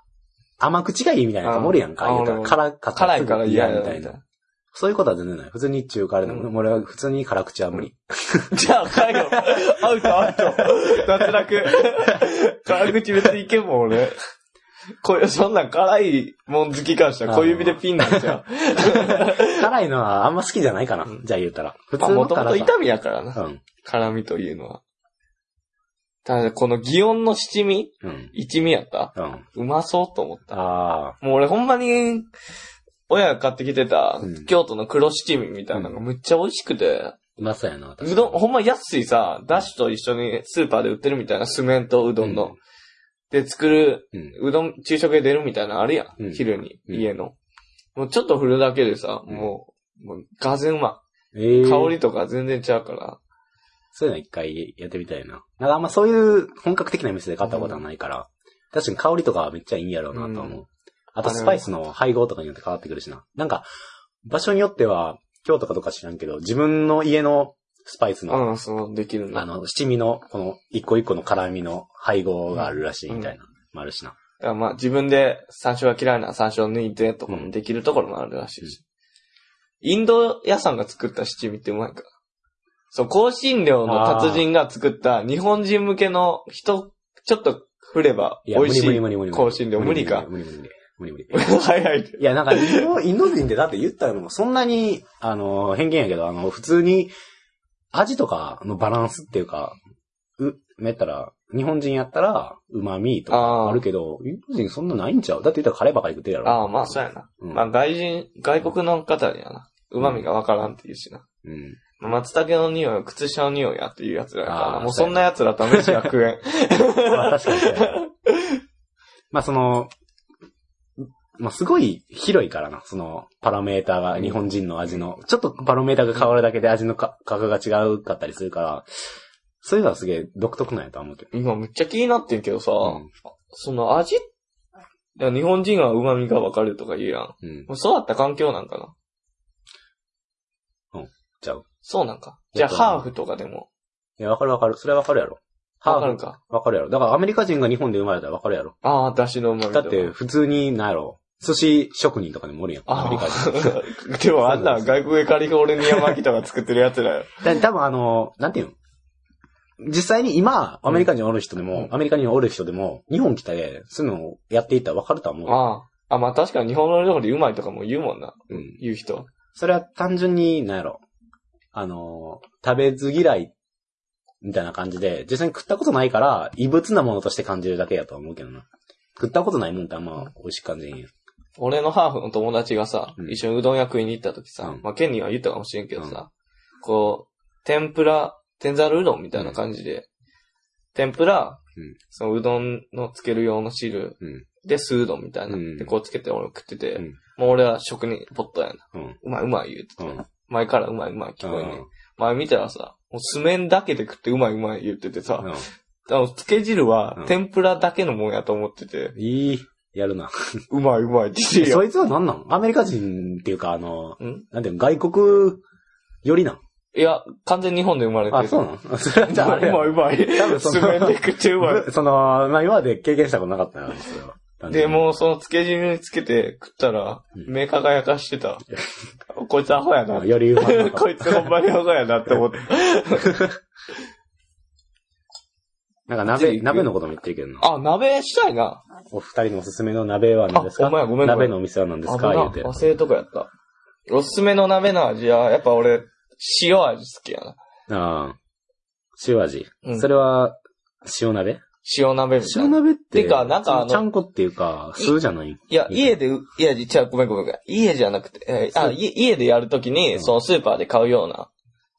Speaker 2: 甘口がいいみたいな人もおるやんか。
Speaker 1: ああ
Speaker 2: 言うた
Speaker 1: おるお
Speaker 2: ら
Speaker 1: る
Speaker 2: 辛かった
Speaker 1: 辛いから嫌
Speaker 2: すぐ
Speaker 1: やみ
Speaker 2: みた
Speaker 1: た
Speaker 2: い
Speaker 1: い
Speaker 2: な。
Speaker 1: な。
Speaker 2: そういうことは全然ない。普通に中華あれでも、
Speaker 1: うん
Speaker 2: 俺は普通に辛口は無理。
Speaker 1: じゃあ、帰 ろう。アウト、アウト。脱 落。辛口別にいけんもん、俺。こうそんなん辛いもん好きからしたら小指でピンなんち ゃう。
Speaker 2: 辛いのはあんま好きじゃないかな。じゃあ言うたら。普
Speaker 1: まあ、
Speaker 2: 通の
Speaker 1: もともと
Speaker 2: 辛さ。
Speaker 1: 痛みやからな。
Speaker 2: うん。
Speaker 1: 辛みというのは。ただ、この擬音の七味
Speaker 2: うん。
Speaker 1: 一味やった
Speaker 2: うん。
Speaker 1: うまそうと思った。
Speaker 2: ああ。
Speaker 1: もう俺ほんまに、親が買ってきてた
Speaker 2: うん、
Speaker 1: 京都の黒七味みたいなのがむっちゃ美味しくて、
Speaker 2: うまそうやな。
Speaker 1: うどん、ほんま安いさ、だしと一緒にスーパーで売ってるみたいな、酢麺とうどんの。で、作る、
Speaker 2: うん。うん。
Speaker 1: うどん、昼食で出るみたいなのあるやん。
Speaker 2: うん
Speaker 1: 昼に、
Speaker 2: うん
Speaker 1: 家の。もうちょっと振るだけでさ、
Speaker 2: うん
Speaker 1: もう、もう、がぜうま
Speaker 2: えー
Speaker 1: い。香りとか全然ちゃうから。
Speaker 2: そういうの一回やってみたいな。なんかあんまそういう本格的な店で買ったことはないから、確かに香りとかはめっちゃいいんやろうなとは思う。あとスパイスの配合とかによって変わってくるしな。なんか、場所によっては、今日とかとか知らんけど、自分の家のスパイスの、
Speaker 1: うん、その、できる
Speaker 2: あ
Speaker 1: の。
Speaker 2: の、七味の、この一個一個の辛味の配合があるらしいみたいな、もあるしな。
Speaker 1: だからまあ自分で山椒が嫌いな山椒抜いてとかもできるところもあるらしいし。インド屋さんが作った七味ってうまいから。そう、香辛料の達人が作った日本人向けの人、ちょっと振れば
Speaker 2: い
Speaker 1: 美
Speaker 2: や、無
Speaker 1: 味
Speaker 2: 理
Speaker 1: し
Speaker 2: 無理
Speaker 1: い
Speaker 2: 無理無理無理。
Speaker 1: 香辛料。無理か。
Speaker 2: 無理無理無理。無理無理。
Speaker 1: 早い。
Speaker 2: いや、なんかイ ンド、インド人ってだって言ったらもうそんなに、あの、偏見やけど、あの、普通に、味とかのバランスっていうか、う、めったら、日本人やったら、旨味と
Speaker 1: あ
Speaker 2: か
Speaker 1: ー
Speaker 2: あるけど、インド人そんなないんちゃうだって言ったらカレーばかり食ってるやろ。
Speaker 1: ああ、まあそうやな。
Speaker 2: うん
Speaker 1: まあ外人、外国の方にはな、旨味がわからんって言うしな。
Speaker 2: うん。
Speaker 1: 松茸の匂いは靴下の匂いやっていうやつらやから
Speaker 2: あ
Speaker 1: な。
Speaker 2: ー
Speaker 1: もうそんなやつらとは飯は食えん。
Speaker 2: まあ確かにそうやな。 まあその、まあすごい広いからな、その、パラメーターが、日本人の味の、ちょっとパラメーターが変わるだけで味のか価格が違うかったりするから、そういうのはすげえ独特なんやとは思うけど。
Speaker 1: 今むっちゃ気になってんけどさ、
Speaker 2: うん
Speaker 1: その味、いや日本人は旨味がわかるとか言うやん。
Speaker 2: うん。
Speaker 1: もう育った環境なんかな。
Speaker 2: ちゃう。
Speaker 1: そうなんか。じゃあ、
Speaker 2: だと思う
Speaker 1: ハーフとかでも。
Speaker 2: いや、わかるわかる。それはわかるやろ。
Speaker 1: わかるか。
Speaker 2: わかるやろ。だからアメリカ人が日本で生まれたらわかるやろ。
Speaker 1: ああ、だしの旨味
Speaker 2: だ
Speaker 1: と
Speaker 2: っ
Speaker 1: か。
Speaker 2: て、普通に、なんやろ。寿司職人とかでもおるやん。ア
Speaker 1: あ
Speaker 2: メリカ人。
Speaker 1: あ、でもあんな外国でカリフォルニア巻きとか作ってるやつらよ。
Speaker 2: だ多分あの、なんていうの実際に今、アメリカ人おる人でも、アメリカ人おる人でも、日本来たで、そういうのをやっていったらわかるとは思 う。
Speaker 1: ああ。あ、まあ確かに日本の料理うまいとかも言うもんな。
Speaker 2: うん。
Speaker 1: 言う人。
Speaker 2: それは単純に、なんやろ。あの、食べず嫌い、みたいな感じで、実際に食ったことないから、異物なものとして感じるだけやとは思うけどな。食ったことないもんってあんま美味しく感じへんやん。
Speaker 1: 俺のハーフの友達がさ、
Speaker 2: うん
Speaker 1: 一緒にうどん屋食いに行った時さ、
Speaker 2: うん
Speaker 1: まあ、ケンには言ったかもしれんけどさ、こう、天ぷら、天ざるうどんみたいな感じで、天ぷら、
Speaker 2: うん
Speaker 1: そのうどんのつける用の汁、
Speaker 2: うん
Speaker 1: で、酢うどんみたいな、
Speaker 2: うん
Speaker 1: で、こうつけて俺食ってて、
Speaker 2: うん
Speaker 1: もう俺は食にポットやな。
Speaker 2: うん。
Speaker 1: うまいうまい言うてて、
Speaker 2: うん。
Speaker 1: 前からうまいうまい聞こえんね、
Speaker 2: うん
Speaker 1: 前見たらさ、もう酢麺だけで食ってうまいうまい言っててさ、
Speaker 2: うん
Speaker 1: あの、つけ汁
Speaker 2: う
Speaker 1: は
Speaker 2: ん
Speaker 1: 天ぷらだけのもんやと思ってて、
Speaker 2: いい、やるな。
Speaker 1: うまいうまいって言ってよ。
Speaker 2: そいつは何なんアメリカ人っていうか、あの、
Speaker 1: ん
Speaker 2: なんていうの、外国よりなん
Speaker 1: いや、完全に日本で生まれてる。
Speaker 2: あ、そうなんそれはじゃああれ
Speaker 1: う
Speaker 2: や
Speaker 1: まいうまい。
Speaker 2: 多分そ
Speaker 1: す
Speaker 2: の
Speaker 1: べて口うまい。
Speaker 2: ぶその、まあ今まで経験したことなかったな、それは。
Speaker 1: で、、もうその漬け汁につけて食ったら、
Speaker 2: うん
Speaker 1: 目輝かしてた。こいつアホやな。
Speaker 2: よりうまいのか。
Speaker 1: こいつほんまにアホやなって 思って。
Speaker 2: なんか
Speaker 1: ぜ
Speaker 2: 鍋、
Speaker 1: ひ
Speaker 2: 鍋のことも言ってるけどな。
Speaker 1: あ、鍋したいな。
Speaker 2: お二人のおすすめの鍋は
Speaker 1: あ、
Speaker 2: 何です
Speaker 1: ほ
Speaker 2: か
Speaker 1: んまや、ごめんごめ
Speaker 2: 鍋
Speaker 1: ん。
Speaker 2: のお店は何です
Speaker 1: 危
Speaker 2: か
Speaker 1: な
Speaker 2: 言うて。
Speaker 1: 忘れとこやった。おすすめの鍋の味は、やっぱ俺、塩味好きやな。
Speaker 2: ああ塩味
Speaker 1: う。ん
Speaker 2: それは、塩鍋
Speaker 1: 塩鍋みたい
Speaker 2: 塩
Speaker 1: な。
Speaker 2: 鍋って、
Speaker 1: てかなんかあの
Speaker 2: ちゃんこっていうか、酢じゃない
Speaker 1: いや、家で、いや、違う、ごめんごめんごめん。家じゃなくて、えーあ、家家でやるときに、
Speaker 2: うん
Speaker 1: そのスーパーで買うような、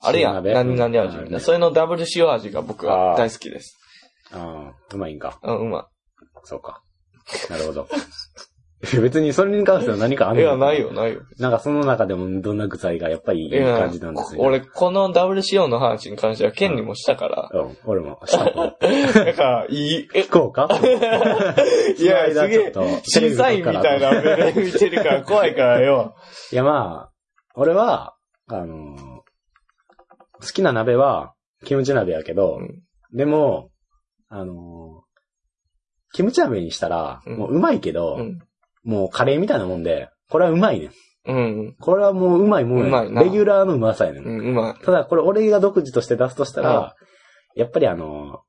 Speaker 1: あれや
Speaker 2: 塩
Speaker 1: ん、
Speaker 2: 鍋
Speaker 1: 何々味み
Speaker 2: う
Speaker 1: たい
Speaker 2: ん
Speaker 1: な。それのダブル塩味が僕は大好きです。
Speaker 2: ああ、うまいんか。
Speaker 1: うん、うま
Speaker 2: そうか。なるほど。 別にそれに関しては何かあ
Speaker 1: い。
Speaker 2: ん
Speaker 1: い
Speaker 2: の
Speaker 1: や、ないよ、ないよ。
Speaker 2: なんかその中でもどんな具材がやっぱりいい
Speaker 1: いや
Speaker 2: 感じなんですよ、ね。
Speaker 1: 俺、このダブル塩の話に関しては、ケンにもしたから。
Speaker 2: 俺。うん、俺もしたと思う。
Speaker 1: だから、い い、 え、
Speaker 2: 聞こうか
Speaker 1: いや、
Speaker 2: そ
Speaker 1: す
Speaker 2: の間
Speaker 1: げえ
Speaker 2: ちょっと、テレ
Speaker 1: 審
Speaker 2: ビの
Speaker 1: 査
Speaker 2: 方
Speaker 1: 員み
Speaker 2: から
Speaker 1: たいな目で見てるから怖いからよ。
Speaker 2: いやまあ、俺は、あのー好きな鍋は、キムチ鍋やけど、
Speaker 1: うん
Speaker 2: でも、あのキムチ鍋にしたら、
Speaker 1: うん
Speaker 2: もううまいけど、
Speaker 1: うん。
Speaker 2: もうカレーみたいなもんで、これはうまいねん。
Speaker 1: うん。
Speaker 2: これはもううまいもん
Speaker 1: う
Speaker 2: や
Speaker 1: まいな
Speaker 2: レギュラーのうまさやねん。
Speaker 1: うん、うまい。
Speaker 2: ただ、これ俺が独自として出すとしたら、やっぱりあの、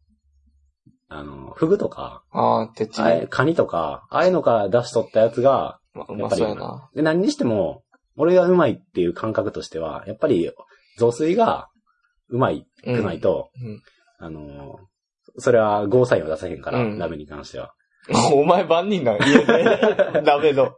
Speaker 2: あの、フグとか、
Speaker 1: ああ、てっち
Speaker 2: あえ
Speaker 1: り。
Speaker 2: カニとか、ああいうのから出しとったやつが、
Speaker 1: まうまそうやな。
Speaker 2: で何にしても、俺がうまいっていう感覚としては、やっぱり、雑炊がうまい
Speaker 1: うん。
Speaker 2: くないと、
Speaker 1: うん
Speaker 2: あの、それはゴーサインは出せへんから、
Speaker 1: うん
Speaker 2: 鍋に関しては。
Speaker 1: お前万人なん、家 で。鍋の。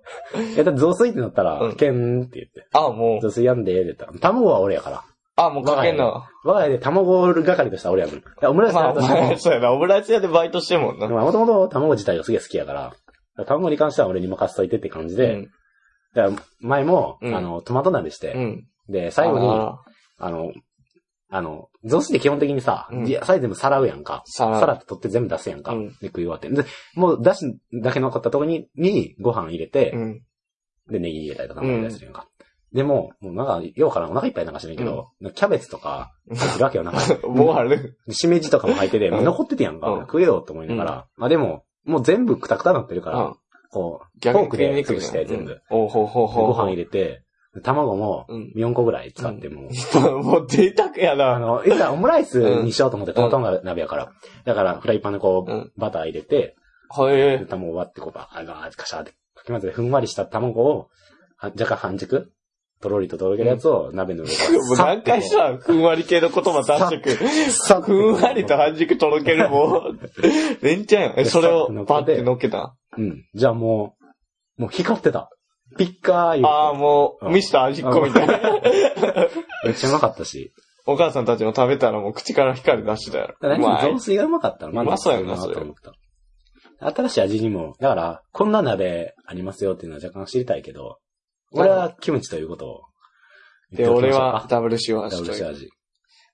Speaker 2: え、だって雑炊ってなったら、
Speaker 1: うん
Speaker 2: けんって言って。
Speaker 1: ああ、もう。
Speaker 2: 雑炊やんで、出たら。卵は俺やから。
Speaker 1: ああ、もうかけんな。
Speaker 2: 我が家で卵係としては俺やもん。いやオムライス
Speaker 1: まあ、
Speaker 2: や
Speaker 1: お
Speaker 2: としても
Speaker 1: 前、そうやな。オムライス屋でバイトしてんもんな。
Speaker 2: まあ、もともと卵自体がすげえ好きやから、卵に関しては俺に任せといてって感じで、
Speaker 1: うん
Speaker 2: だから前も、
Speaker 1: うん
Speaker 2: あの、トマト鍋して、
Speaker 1: うん。
Speaker 2: で、最後に、あ
Speaker 1: あー
Speaker 2: の、あの、雑誌で基本的にさ、
Speaker 1: うん
Speaker 2: いや最後全部さらうやんか。
Speaker 1: さら
Speaker 2: さらって取って全部出すやんか。
Speaker 1: うん
Speaker 2: で、食い終わって。で、もう出汁だけ残ったとこに、に、ご飯入れて、
Speaker 1: うん。
Speaker 2: で、ネギ入れたりとか卵入れたりするやんか。でも、もうなんか、ようからんお腹いっぱいなんかしてるけど、キャベツとか、いるわけよ、中 に。
Speaker 1: もうあれ。
Speaker 2: でしめじとかも入ってて、
Speaker 1: うん
Speaker 2: もう残っててやんか。
Speaker 1: うん
Speaker 2: 食えようと思いながら。まあでも、もう全部クタクタになってるから、
Speaker 1: うん
Speaker 2: こう、フ
Speaker 1: 逆
Speaker 2: ォ
Speaker 1: に
Speaker 2: ーク
Speaker 1: 食い
Speaker 2: で
Speaker 1: にくい
Speaker 2: 潰
Speaker 1: な
Speaker 2: して全部。で。
Speaker 1: うんおうほうほうほう。
Speaker 2: ご飯入れて、卵も
Speaker 1: うん
Speaker 2: 4個ぐらい使っても う、
Speaker 1: もう贅沢や
Speaker 2: あ
Speaker 1: な。
Speaker 2: の、いったらオムライスにしようと思って、トマト鍋やから。だから、フライパンでこう、
Speaker 1: うん
Speaker 2: バター入れて、
Speaker 1: はい
Speaker 2: で卵を割ってこう、バーガーカシャーってかき混ぜて、ふんわりした卵を、は若干半熟とろりととろけるやつを鍋の上から
Speaker 1: もう何回
Speaker 2: さ
Speaker 1: さ、
Speaker 2: っ
Speaker 1: ふんわり系の言葉出して
Speaker 2: さ
Speaker 1: く。ふんわりと半熟とろけるも う、レンチャンやん。え、それをパって乗っけた。
Speaker 2: てこううん。じゃあもう、もう光ってた。ピッカー言うて
Speaker 1: ああ、もう、ミスター味っ子みたいな。
Speaker 2: めっちゃうまかったし。
Speaker 1: お母さんたちも食べたらもう口から光出してたやろ。
Speaker 2: 何も雑
Speaker 1: う
Speaker 2: 炊がうまかったの
Speaker 1: うまそうやな
Speaker 2: と思った。新しい味にも、だから、こんな鍋ありますよっていうのは若干知りたいけど、俺はキムチということを
Speaker 1: で、
Speaker 2: 言っておき
Speaker 1: 俺
Speaker 2: ましょうか。
Speaker 1: はダブル塩
Speaker 2: ダ
Speaker 1: 味
Speaker 2: ブ
Speaker 1: と
Speaker 2: ル
Speaker 1: い
Speaker 2: シ
Speaker 1: う。
Speaker 2: 味。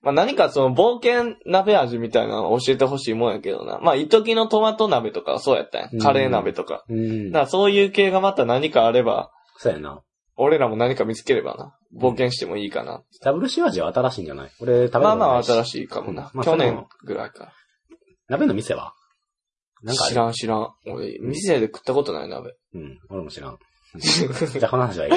Speaker 1: まあ何かその冒険鍋味みたいなのを教えてほしいもんやけどな。まあ一時のトマト鍋とかはそうやったやん。カレー鍋とか。
Speaker 2: うん
Speaker 1: だか。らそういう系がまた何かあれば、
Speaker 2: そうやな。
Speaker 1: 俺らも何か見つければな。冒険してもいいかな。
Speaker 2: ダブルシ味は新しいんじゃない俺食べたこ
Speaker 1: まあ
Speaker 2: とな
Speaker 1: まあ新
Speaker 2: いし。い。
Speaker 1: しいかもな。
Speaker 2: うんまあ
Speaker 1: 去
Speaker 2: それ
Speaker 1: 年
Speaker 2: も
Speaker 1: ぐらいか。
Speaker 2: 鍋の店はなんかあ
Speaker 1: 知
Speaker 2: る
Speaker 1: らん知らん。俺、店で食ったことない鍋。
Speaker 2: うん。俺も知らん。じゃあこの話はいい。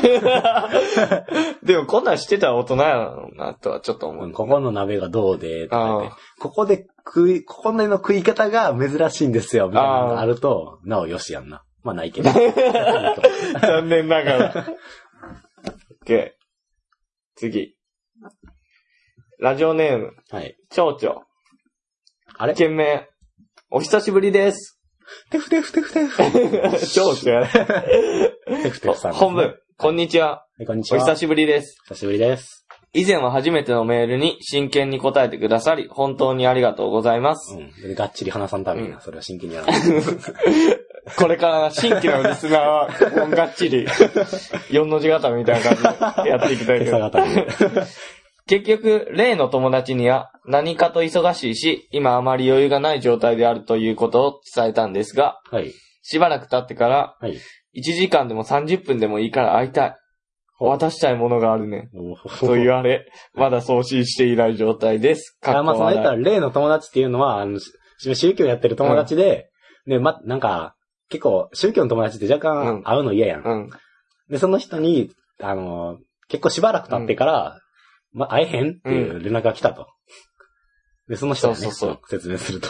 Speaker 1: でもこんなんしてたら大人やろうな、とはちょっと思
Speaker 2: う。
Speaker 1: うん
Speaker 2: ここの鍋がどうで、とか言っ
Speaker 1: あ
Speaker 2: てここで食い、ここの食い方が珍しいんですよ、みたいなのがあると、なおよしやんな。まあな いけど。
Speaker 1: 残念ながら。OK。次。ラジオネーム、
Speaker 2: はい。
Speaker 1: 蝶々。
Speaker 2: あれ
Speaker 1: 件名。お久しぶり です。
Speaker 2: テフテフテフテフ。
Speaker 1: 蝶々やね。
Speaker 2: テフテフさんです ね。
Speaker 1: 本文。こんにちは。
Speaker 2: はい。こんにち
Speaker 1: お
Speaker 2: は。
Speaker 1: 久しぶりです。
Speaker 2: 久しぶりです。
Speaker 1: 以前は初めてのメールに真剣に答えてくださり、本当にありがとうございます。
Speaker 2: うん。がっちり話さんために
Speaker 1: う
Speaker 2: な。それは真剣 にやらない。
Speaker 1: これから新規のリスナーは、もうがっちり、4の字固めみたいな感じでやっていきたい
Speaker 2: 手
Speaker 1: け
Speaker 2: 下
Speaker 1: ど。
Speaker 2: がたりで。
Speaker 1: 結局、例の友達には何かと忙しいし、今あまり余裕がない状態であるということを伝えたんですが、
Speaker 2: はい。
Speaker 1: しばらく経ってから、
Speaker 2: はい。
Speaker 1: 1時間でも30分でもいいから会いたい。渡したいものがあるねん。
Speaker 2: おー
Speaker 1: と言われ、まだ送信していない状態です。か
Speaker 2: あ、
Speaker 1: っ
Speaker 2: まあ、
Speaker 1: こ
Speaker 2: その言ったら、
Speaker 1: 笑
Speaker 2: 例の友達っていうのは、あの、し宗教やってる友達で、で、ま、なんか、結構、宗教の友達って若
Speaker 1: うん
Speaker 2: 干会うの嫌やん。
Speaker 1: い。うん。
Speaker 2: で、その人に、あの、結構しばらく経ってから、ま、会えへんっていう連絡が来たと。で、その人がね、
Speaker 1: そうそうそう
Speaker 2: 説明すると。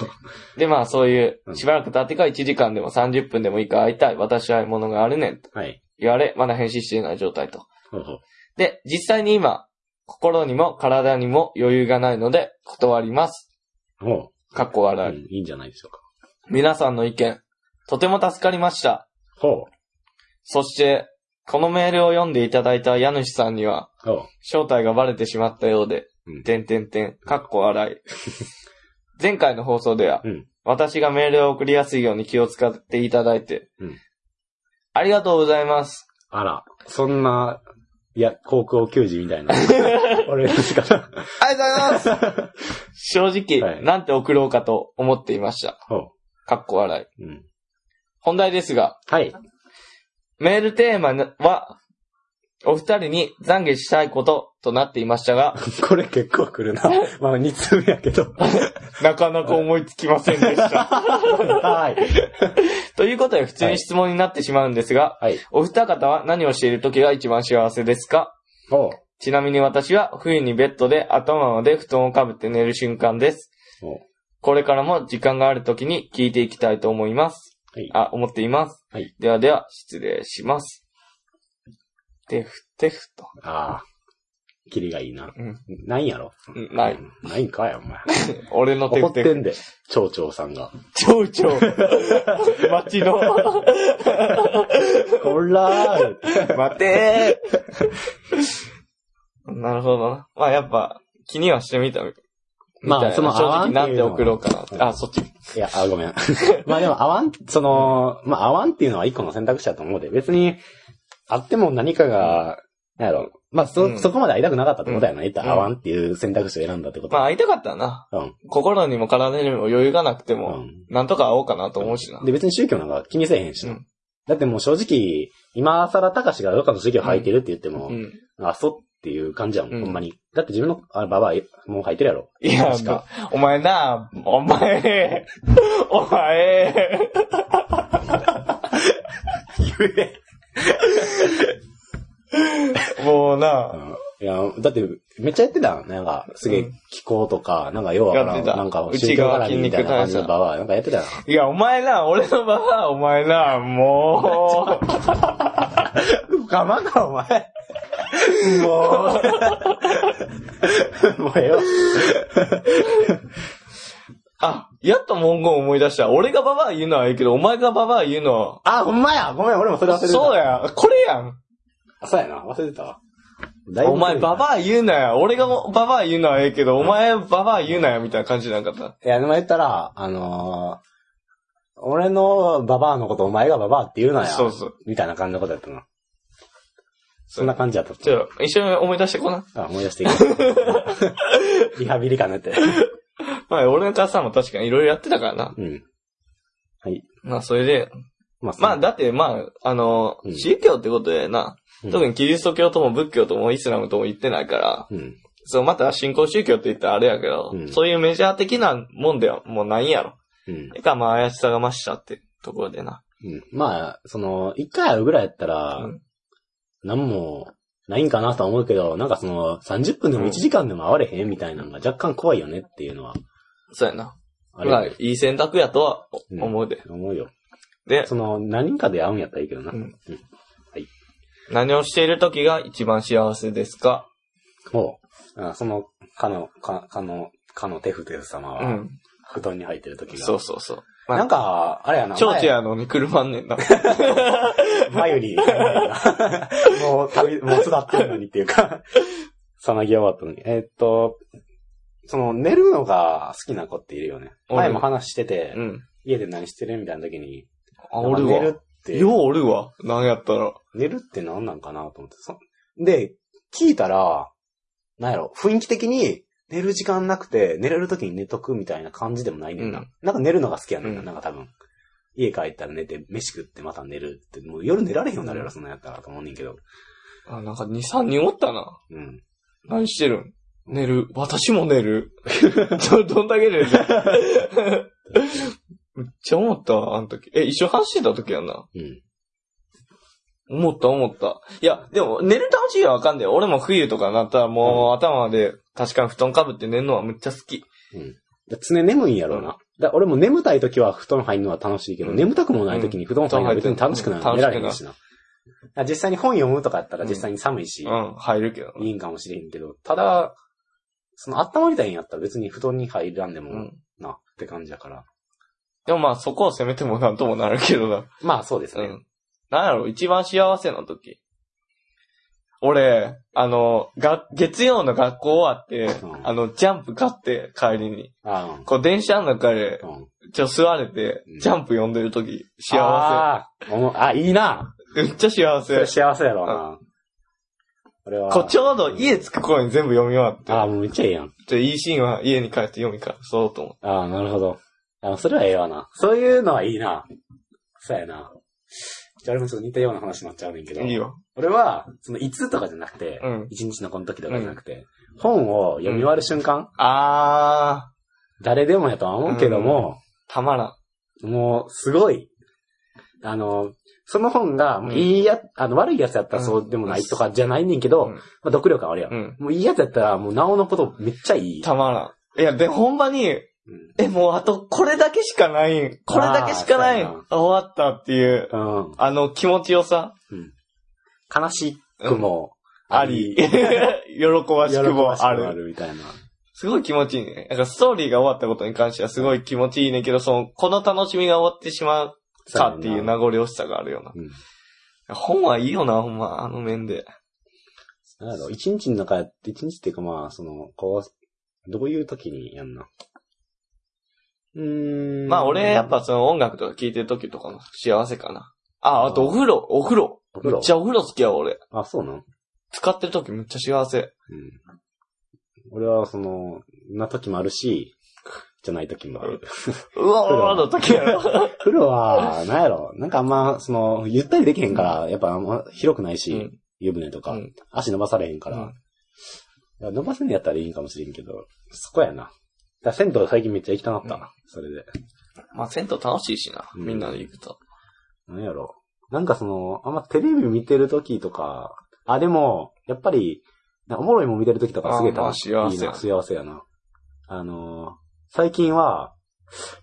Speaker 1: で、まあそういう
Speaker 2: う、ん
Speaker 1: しばらく経ってから1時間でも30分でもいいから会いたい、私はものがあるねん、と
Speaker 2: はい。
Speaker 1: 言われ、まだ返信していない状態と。
Speaker 2: ほうほう
Speaker 1: で、実際に今、心にも体にも余裕がないので、断ります。
Speaker 2: ほ
Speaker 1: かっこ
Speaker 2: う、
Speaker 1: 笑い。
Speaker 2: うんいいんじゃないでしょうか。
Speaker 1: 皆さんの意見、とても助かりました。
Speaker 2: ほ
Speaker 1: そして、このメールを読んでいただいた家主さんには、
Speaker 2: う、ほ
Speaker 1: 正体がバレてしまったようで
Speaker 2: う、ん
Speaker 1: てんてんてん、かっこ笑い。 前回の放送では、
Speaker 2: う。うん。
Speaker 1: 私がメールを送りやすいように気を使っていただいて、
Speaker 2: うん
Speaker 1: ありがとうございます。
Speaker 2: あら、そんな、いや、高校球児み たいな。俺の仕方。
Speaker 1: ありがとうございます 正直、
Speaker 2: はい
Speaker 1: なんて送ろうかと思っていました。
Speaker 2: ほ
Speaker 1: かっこ笑い。
Speaker 2: う。うん。
Speaker 1: 本題ですが、
Speaker 2: はい。
Speaker 1: メールテーマは、お二人に懺悔したいこととなっていました が、
Speaker 2: これ結構来 るな。まあ、2通目やけど。
Speaker 1: なかなか思いつきませんでし た。
Speaker 2: はい。
Speaker 1: ということで、普通に質問になってしまうんですが、
Speaker 2: はい。
Speaker 1: お二方は何をしている時が一番幸せですか
Speaker 2: おう
Speaker 1: ちなみに私は冬にベッドで頭まで布団をかぶって寝る瞬間です。
Speaker 2: おう
Speaker 1: これからも時間がある時に聞いていきたいと思います。
Speaker 2: はい。
Speaker 1: あ、思っています。
Speaker 2: はい
Speaker 1: ではでは、失礼します。テフテフと。
Speaker 2: ああ。キリがいいな。
Speaker 1: うん。
Speaker 2: ないんやろ。
Speaker 1: うんない。。
Speaker 2: ないんかい、お前。
Speaker 1: 俺のテ
Speaker 2: 怒っ
Speaker 1: フテ
Speaker 2: て
Speaker 1: フ。
Speaker 2: んで、町長さんが。
Speaker 1: 蝶々。街の。
Speaker 2: こらー
Speaker 1: 待てーなるほどな。まあやっぱ、気にはしてみたみたいな。
Speaker 2: まあその
Speaker 1: 正
Speaker 2: 合わ
Speaker 1: 直
Speaker 2: んっていうの
Speaker 1: な
Speaker 2: は
Speaker 1: んで送ろうかなって。あ、そっち。
Speaker 2: いや、あ、ごめん。 まあでも、合わん、その、まあ合わんっていうのは一個の選択肢だと思うで、別に、あっても何かが、なんやろ、まあそ、
Speaker 1: うん
Speaker 2: そこまで会いたくなかったってことやな、言った
Speaker 1: うん
Speaker 2: ら合わんっていう選択肢を選んだってこと。
Speaker 1: まあ会いたかったらな。
Speaker 2: うん。
Speaker 1: 心にも体にも余裕がなくても、
Speaker 2: うん
Speaker 1: なんとか会おうかなと思うしな。
Speaker 2: で、別に宗教なんか気にせえへんしな。
Speaker 1: うん
Speaker 2: だってもう正直、今更高志がどっかの宗教履いてるって言っても、
Speaker 1: うん。
Speaker 2: あ、そうっていう感じやもん、
Speaker 1: うん
Speaker 2: ほんまに。だって自分の、あ、ばば、もう履いてるやろ。
Speaker 1: いや
Speaker 2: 確か、
Speaker 1: お前な、お前、お前、もう
Speaker 2: う
Speaker 1: な、
Speaker 2: んいや、だって、めっちゃやってた。なんか、すげ
Speaker 1: う
Speaker 2: え
Speaker 1: ん
Speaker 2: 気候とか、なんか、要は
Speaker 1: やってた
Speaker 2: なんか、
Speaker 1: 内側
Speaker 2: 宗教絡みみたいな感じの
Speaker 1: 筋肉
Speaker 2: ババア、なんかやってたよな。
Speaker 1: いや、お前な、俺の場は、お前な、も
Speaker 2: 我慢か、お前。もう。 もうええよ。
Speaker 1: う、あ、やっと文言思い出した。俺がババア言うのはいいけど、お前がババア言うのは、
Speaker 2: あ、ほんまや。ごめん、俺もそれ忘れてた。
Speaker 1: そう
Speaker 2: や。
Speaker 1: や、これやん。
Speaker 2: そうやな。忘れてたわ。
Speaker 1: お前バ
Speaker 2: バ。
Speaker 1: バア言うなや。俺がババア言うのはええけど、お前ババア言うなや、みたいな感じじゃなかった。
Speaker 2: いや、でも言ったら、あのー、俺のババアのことお前がババアって言うなや。
Speaker 1: そうそう。
Speaker 2: みたいな感じのことやったな。そんな感じやった。
Speaker 1: ちょ、一緒に思い出してこな。
Speaker 2: あ、思い出してい いリハビリかなって。
Speaker 1: まあ、俺の母さんも確かにいろいろやってたからな。
Speaker 2: うん。はい。
Speaker 1: まあ、それで、
Speaker 2: まあ、
Speaker 1: まあ、だって、まあ、あの、
Speaker 2: うん
Speaker 1: 宗教ってことでな、
Speaker 2: うん
Speaker 1: 特にキリスト教とも仏教ともイスラムとも言ってないから、
Speaker 2: うん。
Speaker 1: そう、また信仰宗教って言ったらあれやけど、
Speaker 2: うん
Speaker 1: そういうメジャー的なもんではもうないんやろ。
Speaker 2: うん。
Speaker 1: えか、まあ、怪しさが増したってところでな。
Speaker 2: うん。まあ、その、一回会うぐらいやったら、
Speaker 1: うん
Speaker 2: なんも、ないんかなとは思うけど、なんかその、30分でも1時間でも会われへんみたいなのが若干怖いよねっていうのは、
Speaker 1: そうやな。
Speaker 2: あれ、
Speaker 1: まあ、いい選択やとは
Speaker 2: うん
Speaker 1: 思うで。
Speaker 2: 思うよ。
Speaker 1: で、
Speaker 2: その、何人かで会うんやったらいいけどな。
Speaker 1: うん
Speaker 2: うん
Speaker 1: 何をしている時が一番幸せですか
Speaker 2: もう、あその、かの、か、かの、かのテフテフ様
Speaker 1: う
Speaker 2: は、
Speaker 1: ん。
Speaker 2: 布団に入ってる時が。
Speaker 1: そうそうそう。まあ
Speaker 2: なんか、あれやな。
Speaker 1: 蝶々やのに車んね んな。
Speaker 2: 前より、もう旅、もう巣立ってるのにっていうか、さなぎ終わったのに。えーっと、その、寝るのが好きな子っているよね。
Speaker 1: 俺
Speaker 2: 前も話してて、
Speaker 1: うん。
Speaker 2: 家で何してるみたいな時に、
Speaker 1: あ、おる
Speaker 2: 寝る
Speaker 1: わ。
Speaker 2: って、
Speaker 1: ようおるわ。なんやったら。
Speaker 2: 寝るって何なんかなと思って。そで、聞いたら、なんやろ、雰囲気的に、寝る時間なくて、寝れる時に寝とくみたいな感じでもないねんな。
Speaker 1: うん
Speaker 2: なんか寝るのが好きやねんな、
Speaker 1: うん
Speaker 2: なんか多分。家帰ったら寝て、飯食ってまた寝るって、もう夜寝られへんようになるやろ、そんなんやったらと思うねんけど。
Speaker 1: あ、なんか2、3人おったな。
Speaker 2: うん。
Speaker 1: 何してるん寝る。私も寝る。 ちょ、どんだけ寝るじゃん。 めっちゃ思ったわ、あの時。え、一緒に走ってた時やんな。
Speaker 2: うん。
Speaker 1: 思った思った。いや、でも、寝る楽しいはわかんない。俺も冬とかなったらもう頭まで、確かに布団かぶって寝るのはめっちゃ好き。
Speaker 2: だ常眠いんやろうな。だ俺も眠たい時は布団入るのは楽しいけど、
Speaker 1: うん
Speaker 2: 眠たくもない時に布団入るのは別に楽しくない。
Speaker 1: うん
Speaker 2: 寝られへんしな。だ実際に本読むとかやったら実際に寒いし、
Speaker 1: うん、入るけどな。
Speaker 2: いいんかもしれへんけど、ただ、その温まりたいんやったら別に布団に入らんで
Speaker 1: う
Speaker 2: も
Speaker 1: ん。
Speaker 2: な、って感じだから。
Speaker 1: でもまあ、そこを攻めてもなんともなるけどな。
Speaker 2: まあそうです
Speaker 1: う
Speaker 2: ね。
Speaker 1: ん。なんやろ、一番幸せな時。俺、あの、が、月曜の学校終わって、
Speaker 2: うん
Speaker 1: あの、ジャンプ買って、帰りに。
Speaker 2: あ
Speaker 1: こう、電車の中で
Speaker 2: ー、うん。うん
Speaker 1: ちょ、座れて
Speaker 2: うん、
Speaker 1: ジャンプ読んでる時、幸
Speaker 2: あーおもあ、いいな。
Speaker 1: せ。めっちゃ幸
Speaker 2: それ
Speaker 1: せ。
Speaker 2: 幸せやろうな。俺は。
Speaker 1: こう、ちょうど家着く頃に全部読み終わって
Speaker 2: ああ、もうめっちゃええやん。
Speaker 1: で、いいシーンは家に帰って読み返そうと思って。
Speaker 2: ああ、なるほど。あそれはええわな。そういうのはいいな。そうやな。じゃあ俺もちょっと似たような話になっちゃうねんけど。
Speaker 1: いいよ。
Speaker 2: 俺は、その、いつとかじゃなくて
Speaker 1: うん、
Speaker 2: 一、日のこの時とかじゃなくて、本を読み終わる瞬間、
Speaker 1: あ
Speaker 2: 誰でもやとは思うけども、
Speaker 1: ー、たまらん。
Speaker 2: もう、すごい、あの、その本が、
Speaker 1: ん
Speaker 2: いいや、あの、悪いやつやったらそうでもないとかじゃないねんけ
Speaker 1: う
Speaker 2: ど、
Speaker 1: ん
Speaker 2: まあ、読力はあるやん。
Speaker 1: うん。
Speaker 2: もういいやつやったら、もう、なおのことめっちゃいい。
Speaker 1: たまらん。いや、で、ほんまに、
Speaker 2: うん
Speaker 1: え、もうあと、これだけしかないん。これだけしかないん。
Speaker 2: あーそうや
Speaker 1: あ終わったっていう、
Speaker 2: うん。
Speaker 1: あの気持ちよさ、
Speaker 2: 悲しくも、
Speaker 1: あり、 喜ばしくもある。
Speaker 2: みたいな。
Speaker 1: すごい気持ちいいね。なんかストーリーが終わったことに関してはすごい気持ちいいねんけど、その、この楽しみが終わってしまうかっていう名残惜しさがあるような。
Speaker 2: うん。
Speaker 1: 本はいいよな、ほんま、あの面で。
Speaker 2: なんだろう、一日の中、一日っていうかまあ、その、こう、どういう時にやんな。うーん。
Speaker 1: まあ俺、やっ、ぱその音楽とか聴いてる時とかの幸せかな。あ、あとお風呂、お風呂。
Speaker 2: お風
Speaker 1: め
Speaker 2: 呂
Speaker 1: っちゃお風呂好きや、俺。
Speaker 2: あ、そうなの
Speaker 1: 使ってる時めっちゃ幸せ。
Speaker 2: うん。俺は、その、な時もあるし、じゃない時もある。
Speaker 1: うわ、うわ、の時やろ。
Speaker 2: 風呂は、なんやろ、なんかあんま、その、ゆったりできへんから、やっぱあんま広くないし、
Speaker 1: うん
Speaker 2: 湯船とか、
Speaker 1: うん
Speaker 2: 足伸ばされへんから、
Speaker 1: うん
Speaker 2: いや伸ばせんのやったらいいんかもしれんけど、そこやな。だから銭湯最近めっちゃ行きたなった、
Speaker 1: うん
Speaker 2: それで。
Speaker 1: まあ銭湯楽しいしな、
Speaker 2: うん
Speaker 1: みんなで行くと。
Speaker 2: なんやろ。なんかその、あんまテレビ見てる時とか、あ、でも、やっぱり、なおもろいもん見てる時とかすげえ
Speaker 1: あーまあ
Speaker 2: 楽しいな。
Speaker 1: 幸せや
Speaker 2: 幸せやな。あのー最近は、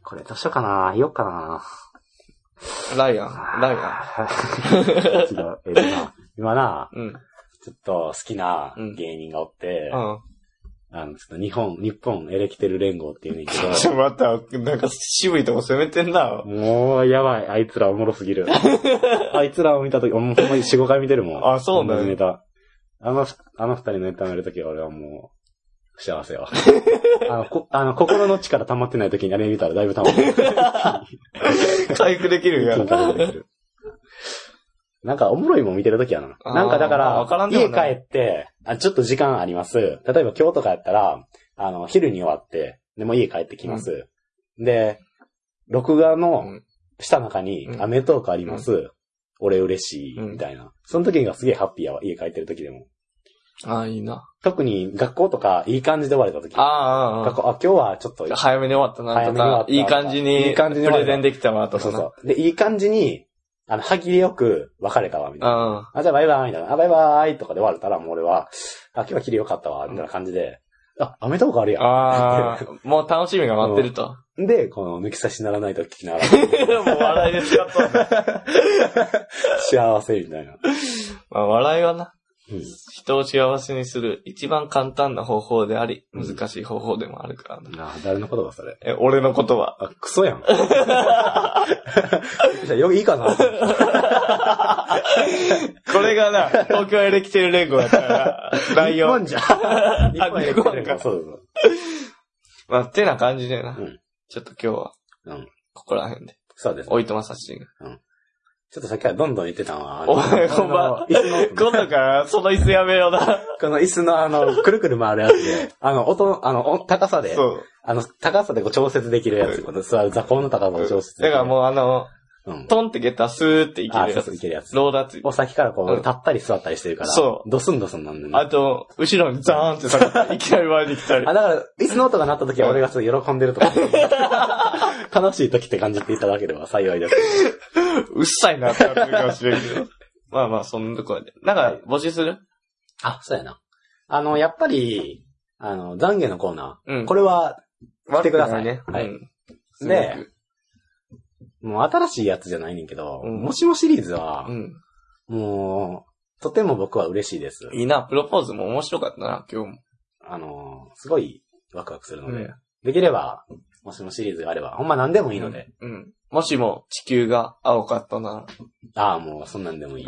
Speaker 2: これどうしようかな言おうかな
Speaker 1: ライアン、ライア
Speaker 2: 違う。えっとな、今な、
Speaker 1: ン。うん。うん。
Speaker 2: ちょっと好きな芸人がおって、あの、ちょっと日本、日本エレキテル連合っていうねんけ
Speaker 1: ちょ、また、なんか渋いとこ攻めてんな
Speaker 2: ど、。もう、やばい。あいつらおもろすぎ る。あいつらを見たとき、もうほんまに4、5回見てるもん。
Speaker 1: あそうなんや
Speaker 2: 同じネタ。あの、あの二人のネタ見るときは俺はもう、幸 せよ。あの、こ、あの、心の力溜まってないときにあれ見たらだいぶ溜まってる。
Speaker 1: 回復できるや
Speaker 2: 一気に溜まってくるなんか、おもろいもん見てるときやな。
Speaker 1: あー
Speaker 2: なんかだか
Speaker 1: まあわから
Speaker 2: ら、
Speaker 1: んで
Speaker 2: 家
Speaker 1: もない
Speaker 2: 帰って、あ、ちょっと時間あります。例えば今日とかやったら、あの、昼に終わって、でもう家帰ってきます。で、録画
Speaker 1: う
Speaker 2: の
Speaker 1: ん
Speaker 2: 下中に、
Speaker 1: うん
Speaker 2: アメトークあります。俺嬉しい、
Speaker 1: うん
Speaker 2: みたいな。その時がすげえハッピーやわ、家帰ってる時でも。
Speaker 1: ああ、いいな。
Speaker 2: 特に学校とか、いい感じで終われた時。
Speaker 1: ああ、ああ
Speaker 2: 学校、あ、今日はちょっと、
Speaker 1: 早めに終わったな
Speaker 2: 早
Speaker 1: と
Speaker 2: めに終わっ
Speaker 1: か、
Speaker 2: た
Speaker 1: いい感じに、
Speaker 2: いい感じに
Speaker 1: プ
Speaker 2: 終わ
Speaker 1: レ
Speaker 2: る
Speaker 1: ゼンできたわとか
Speaker 2: そう
Speaker 1: な。
Speaker 2: そう。で、いい感じに、あの、歯切れよく別れたわ、みたいな。
Speaker 1: あ
Speaker 2: あ、じゃあバイバイ、みたいな。あ、バイバイとかで終われたら、もう俺は、あ、今日は切りよかったわ、みたいな感じで、あ、アメトークある
Speaker 1: あ、
Speaker 2: や
Speaker 1: ああ、もう楽しみが待ってると。
Speaker 2: ん。で、この、抜き差しならないと聞きなが ら、
Speaker 1: もう笑いで使ったんだ。
Speaker 2: 幸せ、みたいな。
Speaker 1: まあ、笑いはな、
Speaker 2: うん。
Speaker 1: 人を幸せにする一番簡単な方法であり、
Speaker 2: うん
Speaker 1: 難しい方法でもあるからな。
Speaker 2: あ、誰のことがそれ。
Speaker 1: え、俺の言葉。
Speaker 2: あ、ク ソやん。じゃあ、よ、いいかな。
Speaker 1: これがな、東京エレキテル連合だ から、内
Speaker 2: 日
Speaker 1: 容。
Speaker 2: 本じゃ。日本やってくれる
Speaker 1: 日本か
Speaker 2: そうそう
Speaker 1: まあ、てな感じでな。
Speaker 2: うん
Speaker 1: ちょっと今日は、
Speaker 2: そう。うん。
Speaker 1: ここら辺で、
Speaker 2: そうです。
Speaker 1: おいとまさしが。
Speaker 2: ちょっとさっきからどんどん言ってたのは、あの
Speaker 1: お前、ほんま
Speaker 2: あの、椅子の
Speaker 1: 今度から、その椅子やめような。
Speaker 2: この椅子のあの、くるくる回るやつで、あの、音、あの、お高さで、
Speaker 1: そう。
Speaker 2: あの、高さでこう調節できるやつ。この座る座高の高さを調節
Speaker 1: だ
Speaker 2: できる。
Speaker 1: からもうあの、
Speaker 2: う、うん。
Speaker 1: トンってゲッタースーっていけ
Speaker 2: あ、
Speaker 1: る
Speaker 2: そ
Speaker 1: や
Speaker 2: う
Speaker 1: つ
Speaker 2: そう、い。けるやつ。
Speaker 1: ローダーついて
Speaker 2: もう先からこう、
Speaker 1: うん
Speaker 2: 立ったり座ったりしてるから、
Speaker 1: そう
Speaker 2: ドスンドスンなんでね。
Speaker 1: あ
Speaker 2: あ、
Speaker 1: と、後ろにザーンって下がって、いきなり前に来たり。
Speaker 2: だから、椅子の音が鳴った時は俺がすごい喜んでるとか、 楽しい時って感じていただければ幸いです。
Speaker 1: うっさいなってなってるかもしれんけど。まあまあ、そんなところで。なんか、募集する
Speaker 2: あ、そうやな。あの、やっぱり、あの、懺悔のコーナ
Speaker 1: う
Speaker 2: ー。
Speaker 1: ん。
Speaker 2: これは、
Speaker 1: れ、
Speaker 2: 来てください
Speaker 1: ね。は
Speaker 2: う
Speaker 1: い。すごく
Speaker 2: で、もう新しいやつじゃないねんけど、
Speaker 1: うん
Speaker 2: もしもシリーズは
Speaker 1: う、ん。
Speaker 2: もう、とても僕は嬉しいです。
Speaker 1: いいな、プロポーズも面白かったな、今日も。
Speaker 2: あの、すごいワクワクするので、
Speaker 1: うん
Speaker 2: できれば、もしもシリーズがあれば、ほんま何でもいいので、
Speaker 1: うん。もしも地球が青かったな
Speaker 2: ああ、もうそんなんでもい い。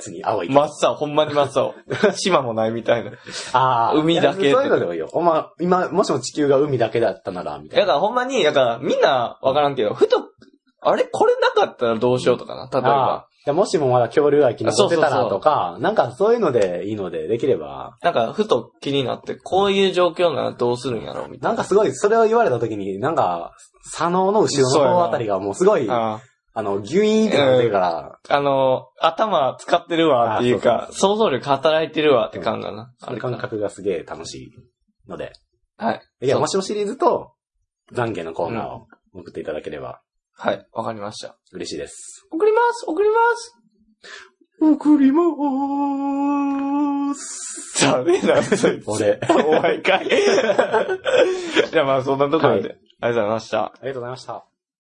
Speaker 2: 次、青い
Speaker 1: ら、。真っ青、ほんまに真っ 青。島もないみたいな。
Speaker 2: ああ、
Speaker 1: 海だけ
Speaker 2: そういうのでもいいよ。ほんま、今、もしも地球が海だけだったなら、みた
Speaker 1: だ
Speaker 2: い
Speaker 1: か
Speaker 2: な。
Speaker 1: らほんまに、だからみんなわからんけど、ふと、あれこれなかったらどうしようとかな、例えば。
Speaker 2: ああ、もしもまだ恐竜が生き残っ
Speaker 1: そう
Speaker 2: てた
Speaker 1: そう
Speaker 2: ら
Speaker 1: そう
Speaker 2: とか、なんかそういうのでいいので、できれば、
Speaker 1: なんか、ふと気になって、こういう状況ならどうするんやろうみたい
Speaker 2: なんかすごい、それを言われた時に、なんか、左脳の後ろの方あたりがもうすごい、
Speaker 1: な。あ
Speaker 2: あの、ギュイーンってなってるから、
Speaker 1: あの、頭使ってるわっていうか
Speaker 2: あ、
Speaker 1: 想像力働いてるわって感がな。
Speaker 2: その感覚がすげえ楽しいので。
Speaker 1: はい。
Speaker 2: いや、面白シリーズと、懺悔のコーナーを送っていただければ
Speaker 1: はい。わかりました。
Speaker 2: 嬉しいです。
Speaker 1: 送ります送ります
Speaker 2: 送りまー す。
Speaker 1: ダメ だね、そいつ。
Speaker 2: 俺。あ
Speaker 1: お前かい。じゃあまあそんなところで、あ
Speaker 2: は
Speaker 1: りがとうございました。
Speaker 2: りがとうございました。